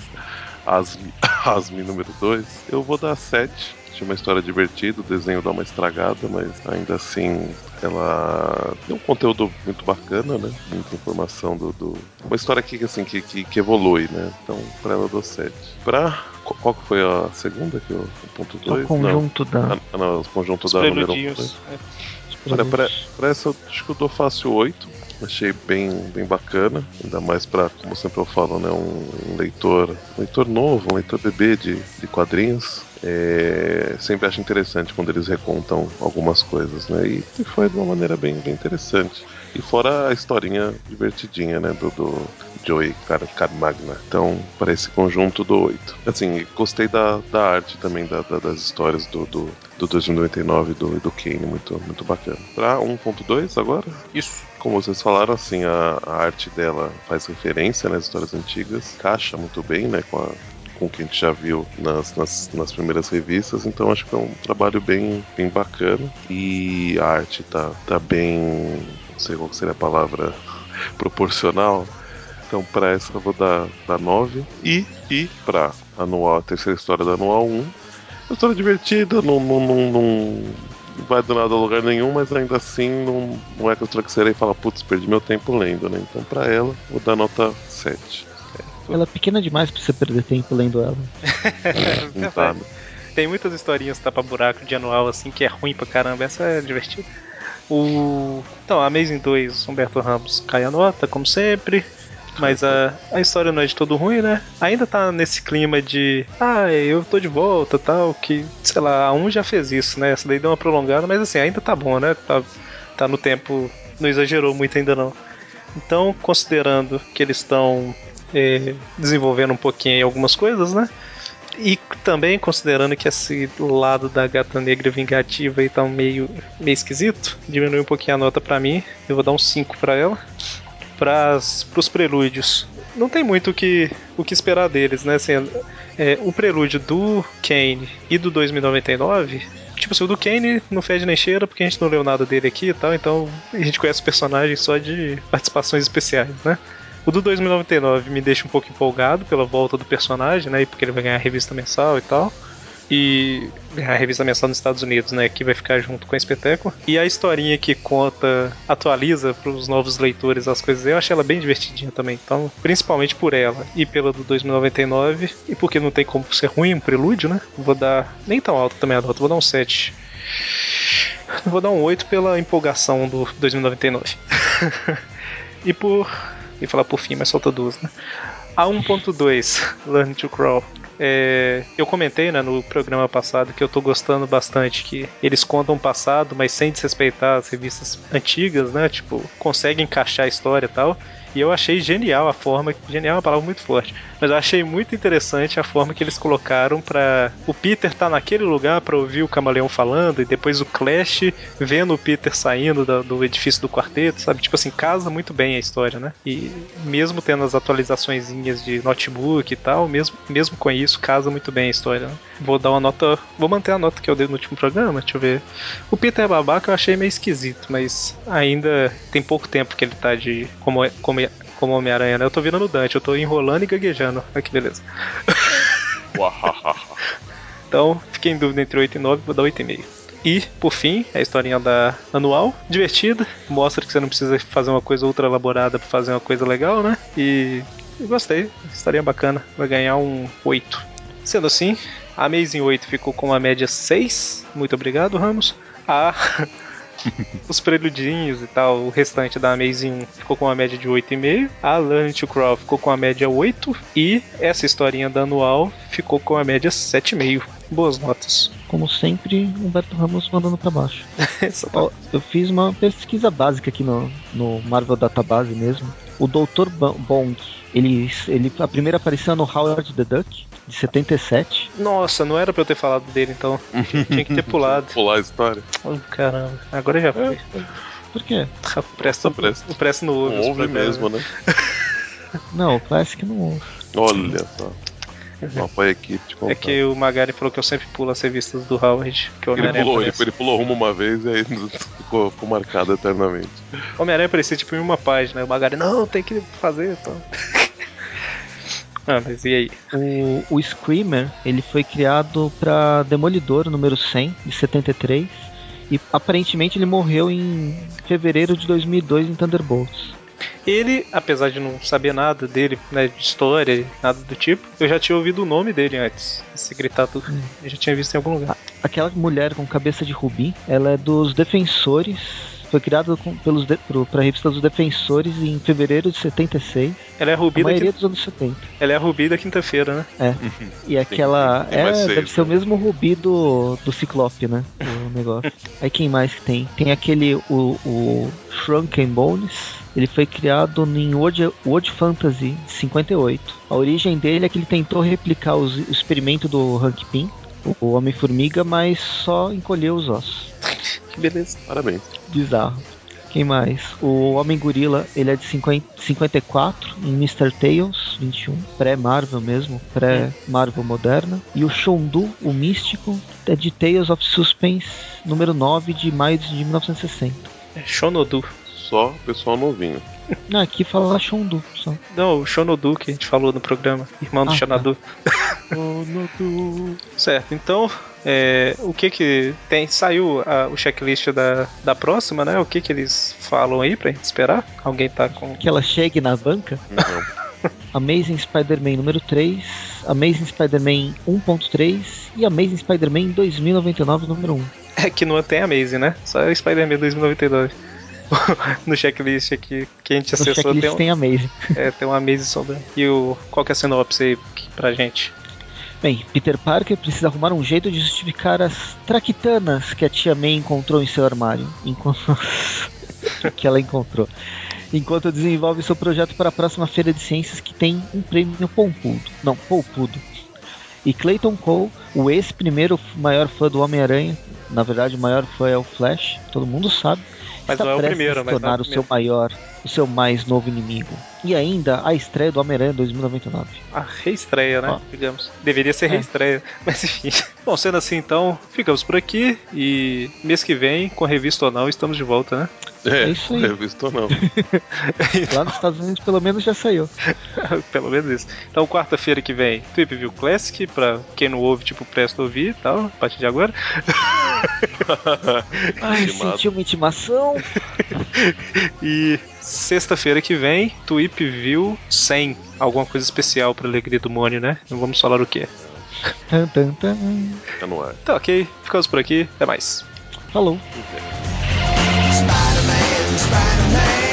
Speaker 3: Asmi, Asmi número 2, eu vou dar 7. Tinha uma história divertida, o desenho dá uma estragada, mas ainda assim ela tem um conteúdo muito bacana, né? Muita informação do. do- Uma história que, assim, que, que, que evolui, né? Então, pra ela eu dou 7. Pra. Qual qual que foi a segunda? Que eu, o ponto
Speaker 2: É o
Speaker 3: 2? Não.
Speaker 2: conjunto da.
Speaker 3: Ah, não, o conjunto
Speaker 1: Os
Speaker 3: da número né? 1.
Speaker 1: preludinhos. É.
Speaker 2: Uhum.
Speaker 3: Olha, pra, pra essa eu acho que eu dou fácil 8. Achei bem, bem bacana. Ainda mais pra, como sempre eu falo, né? Um leitor. Um leitor novo, um leitor bebê de, de quadrinhos. É, sempre acho interessante quando eles recontam algumas coisas, né? E, e foi de uma maneira bem, bem interessante. E fora a historinha divertidinha, né? Do, do Joey Car Carmagna. Então, para esse conjunto do 8. Assim, gostei da, da arte também, da, da- das histórias do, do, do 2099 do, do Kane, muito, muito bacana. Pra 1.2 agora?
Speaker 1: É. Isso.
Speaker 3: Como vocês falaram, assim, a, a arte dela faz referência nas histórias antigas, caixa muito bem, né, com a com o que a gente já viu nas, nas, nas primeiras revistas, então acho que é um trabalho bem, bem bacana e a arte tá, tá bem, não sei qual que seria a palavra, proporcional. Então pra essa eu vou dar, dar 9 e, e pra anual, a terceira história da anual 1, Uma história divertida, não, não, não, não vai do nada a lugar nenhum, mas ainda assim não, não é que eu traxerei e fala, putz, perdi meu tempo lendo, né? Então pra ela, vou dar nota 7.
Speaker 2: Ela é pequena demais pra você perder tempo lendo ela.
Speaker 3: Não dá, né?
Speaker 1: Tem muitas historinhas tapa-buraco de anual assim que é ruim pra caramba, essa é divertida. O... Então, Amazing 2, Humberto Ramos cai a nota, como sempre. Mas a, a história não é de todo ruim, né? Ainda tá nesse clima de ah, eu tô de volta tal, que, sei lá, a 1 já fez isso, né? Essa daí deu uma prolongada, mas assim, ainda tá bom, né? Tá, tá no tempo, não exagerou muito ainda não. Então, considerando que eles estão eh, desenvolvendo um pouquinho aí algumas coisas, né? E também considerando que esse lado da gata negra vingativa aí tá meio, meio esquisito, diminui um pouquinho a nota pra mim. Eu vou dar um 5 pra ela para os prelúdios. Não tem muito o que, o que esperar deles, né? Assim, é, o prelúdio do Kane e do 2099, tipo assim, o do Kane não fede nem cheira porque a gente não leu nada dele aqui e tal, então a gente conhece o personagem só de participações especiais, né? O do 2099 me deixa um pouco empolgado pela volta do personagem, né? E porque ele vai ganhar a revista mensal e tal e a revista mensal nos Estados Unidos, né, que vai ficar junto com a Espeteco. E a historinha que conta, atualiza para os novos leitores as coisas, eu achei ela bem divertidinha também. Então, principalmente por ela e pela do 2099, e porque não tem como ser ruim um prelúdio, né? Vou dar nem tão alto também a nota, vou dar um 7. Vou dar um 8 pela empolgação do 2099. e por e falar por fim, mas solta duas, né? A 1.2, Learn to Crawl. É, eu comentei né, no programa passado que eu tô gostando bastante que eles contam o passado, mas sem desrespeitar as revistas antigas, né? Tipo, conseguem encaixar a história e tal. E eu achei genial a forma, genial é uma palavra muito forte, mas eu achei muito interessante a forma que eles colocaram para o Peter tá naquele lugar para ouvir o camaleão falando e depois o Clash vendo o Peter saindo da- do edifício do quarteto, sabe? Tipo assim, casa muito bem a história, né? E mesmo tendo as atualizaçõezinhas de notebook e tal, mesmo, mesmo com isso, casa muito bem a história, né? Vou dar uma nota, vou manter a nota que eu dei no último programa, deixa eu ver. O Peter é Babaca eu achei meio esquisito, mas ainda tem pouco tempo que ele tá de como, como, é, como Homem-Aranha, né? Eu tô virando Dante, eu tô enrolando e gaguejando. Olha que beleza.
Speaker 3: Uahahaha.
Speaker 1: Então, fiquei em dúvida entre 8 e 9, vou dar 8,5. E, por fim, a historinha da anual, divertida, mostra que você não precisa fazer uma coisa ultra elaborada pra fazer uma coisa legal, né? E eu gostei, historinha bacana, vai ganhar um 8. Sendo assim, a Amazing 8 ficou com uma média 6, muito obrigado, Ramos. A os preludinhos e tal, o restante da Amazing 1 ficou com uma média de 8,5, a Learn to Crawl ficou com a média 8 e essa historinha da anual ficou com a média 7,5. Boas notas.
Speaker 2: Como sempre, Humberto Ramos mandando pra baixo.
Speaker 1: Essa tá-
Speaker 2: Ó, eu fiz uma pesquisa básica aqui no, no Marvel Database mesmo. O Dr. Ba- Bong, ele, ele, a primeira aparição é no Howard the Duck, de 77.
Speaker 1: Nossa, não era pra eu ter falado dele então. Tinha que ter pulado. É,
Speaker 3: Pular a história.
Speaker 1: Oh, caramba, agora já
Speaker 3: É?
Speaker 1: foi.
Speaker 2: Por quê?
Speaker 1: O Presto,
Speaker 3: Nossa, Presto.
Speaker 1: o tá, um Presto não ouve.
Speaker 3: Não
Speaker 1: os
Speaker 3: ouve
Speaker 1: programas.
Speaker 3: mesmo, né?
Speaker 2: Não, o Classic não ouve.
Speaker 3: Olha só. Não apoia a equipe de
Speaker 1: É
Speaker 3: comprar.
Speaker 1: que o Magari falou que eu sempre pulo as revistas do Howard. Que o
Speaker 3: Ele
Speaker 1: Homem-Aranha
Speaker 3: pulou, ele,
Speaker 1: aparece.
Speaker 3: ele pulou rumo uma vez e aí ficou, ficou marcado eternamente.
Speaker 1: Homem-Aranha aparecia tipo em uma página. O Magari, não, tem que fazer e tal. ah, mas e aí?
Speaker 2: O, o Screamer, ele foi criado pra Demolidor número 100 de 73 e aparentemente ele morreu em fevereiro de 2002 em Thunderbolts.
Speaker 1: Ele, apesar de não saber nada dele, né, de história, nada do tipo, eu já tinha ouvido o nome dele antes. Esse gritado
Speaker 2: Hum.
Speaker 1: eu já tinha visto em algum lugar.
Speaker 2: Aquela mulher com cabeça de rubi, ela é dos Defensores, foi criada com- pelos de, pro, pra revista dos Defensores em fevereiro de 76,
Speaker 1: Ela é a
Speaker 2: a
Speaker 1: Rubi, da,
Speaker 2: maioria
Speaker 1: quinta,
Speaker 2: dos anos 70.
Speaker 1: ela é a Rubi da quinta-feira, né?
Speaker 2: E aquela
Speaker 3: tem mais
Speaker 2: é,
Speaker 3: seis,
Speaker 2: deve ser o
Speaker 3: né?
Speaker 2: mesmo rubi do, do Ciclope, né? O negócio. Aí quem mais que tem? Tem aquele, o, o Shrunken Bones. Ele foi criado em World, World Fantasy de 58. A origem dele é que ele tentou replicar os- o experimento do Hank Pym, o- o Homem-Formiga, mas só encolheu os ossos.
Speaker 1: Que beleza.
Speaker 3: Parabéns.
Speaker 2: Bizarro. Quem mais? O Homem-Gorila, ele é de 50, 54, em Mr. Tales 21, pré-Marvel mesmo, pré-Marvel moderna. E o Shondu, o Místico, é de Tales of Suspense, número 9, de maio de 1960.
Speaker 1: É Shonodu.
Speaker 3: Só pessoal novinho.
Speaker 2: Não, aqui fala Shondu só.
Speaker 1: Não, o Shonodu que a gente falou no programa. Irmão do
Speaker 2: Ah, tá.
Speaker 1: Xanadu.
Speaker 3: Cômodo.
Speaker 1: Certo, então é, o que que tem? Saiu a- o checklist da, da próxima, né? O que que eles falam aí pra gente esperar? Alguém tá com.
Speaker 2: Que ela chegue na banca.
Speaker 3: Não.
Speaker 2: Amazing Spider-Man número 3, Amazing Spider-Man 1.3 e Amazing Spider-Man 2099 número 1.
Speaker 1: É que não tem a Maze, né? Só o Spider-Man 2099. no checklist aqui que a gente
Speaker 2: No
Speaker 1: acessou tem,
Speaker 2: checklist
Speaker 1: um,
Speaker 2: tem Amazing.
Speaker 1: é, tem uma Maze sobre. E o, qual que é a sinopse aí pra gente?
Speaker 2: Bem, Peter Parker precisa arrumar um jeito de justificar as traquitanas que a tia May encontrou em seu armário. Enquanto... que ela encontrou. Enquanto desenvolve seu projeto para a próxima feira de ciências que tem um prêmio pompudo. Não, poupudo. E Clayton Cole, o ex-primeiro maior fã do Homem-Aranha, na verdade o maior fã é o Flash, todo mundo sabe,
Speaker 1: Mas
Speaker 2: está
Speaker 1: não é o
Speaker 2: prestes
Speaker 1: primeiro,
Speaker 2: a
Speaker 1: mas não
Speaker 2: se
Speaker 1: é o
Speaker 2: tornar o seu
Speaker 1: primeiro.
Speaker 2: maior, o seu mais novo inimigo. E ainda a estreia do Homem-Aranha 2099.
Speaker 1: A reestreia, né?
Speaker 2: Ó.
Speaker 1: Digamos. Deveria ser
Speaker 2: É.
Speaker 1: reestreia, mas enfim. Bom, sendo assim, então, ficamos por aqui e mês que vem, com revista ou não, estamos de volta, né?
Speaker 3: É,
Speaker 2: É isso aí.
Speaker 3: revista ou não.
Speaker 2: Lá nos Estados Unidos pelo menos já saiu.
Speaker 1: Pelo menos isso. Então, quarta-feira que vem, Trip View Classic, pra quem não ouve, tipo, presta a ouvir e tal, a partir de agora.
Speaker 3: Tá
Speaker 2: Ai,
Speaker 3: Intimado.
Speaker 2: senti uma intimação.
Speaker 1: E sexta-feira que vem, Tweep View 100. Alguma coisa especial pra Alegria do Mônio, né? Não vamos falar o quê.
Speaker 2: tan, tan, tan.
Speaker 3: Fica no ar.
Speaker 1: Então, ok. Ficamos por aqui. Até mais.
Speaker 2: Falou.
Speaker 4: Spider-Man, Spider-Man.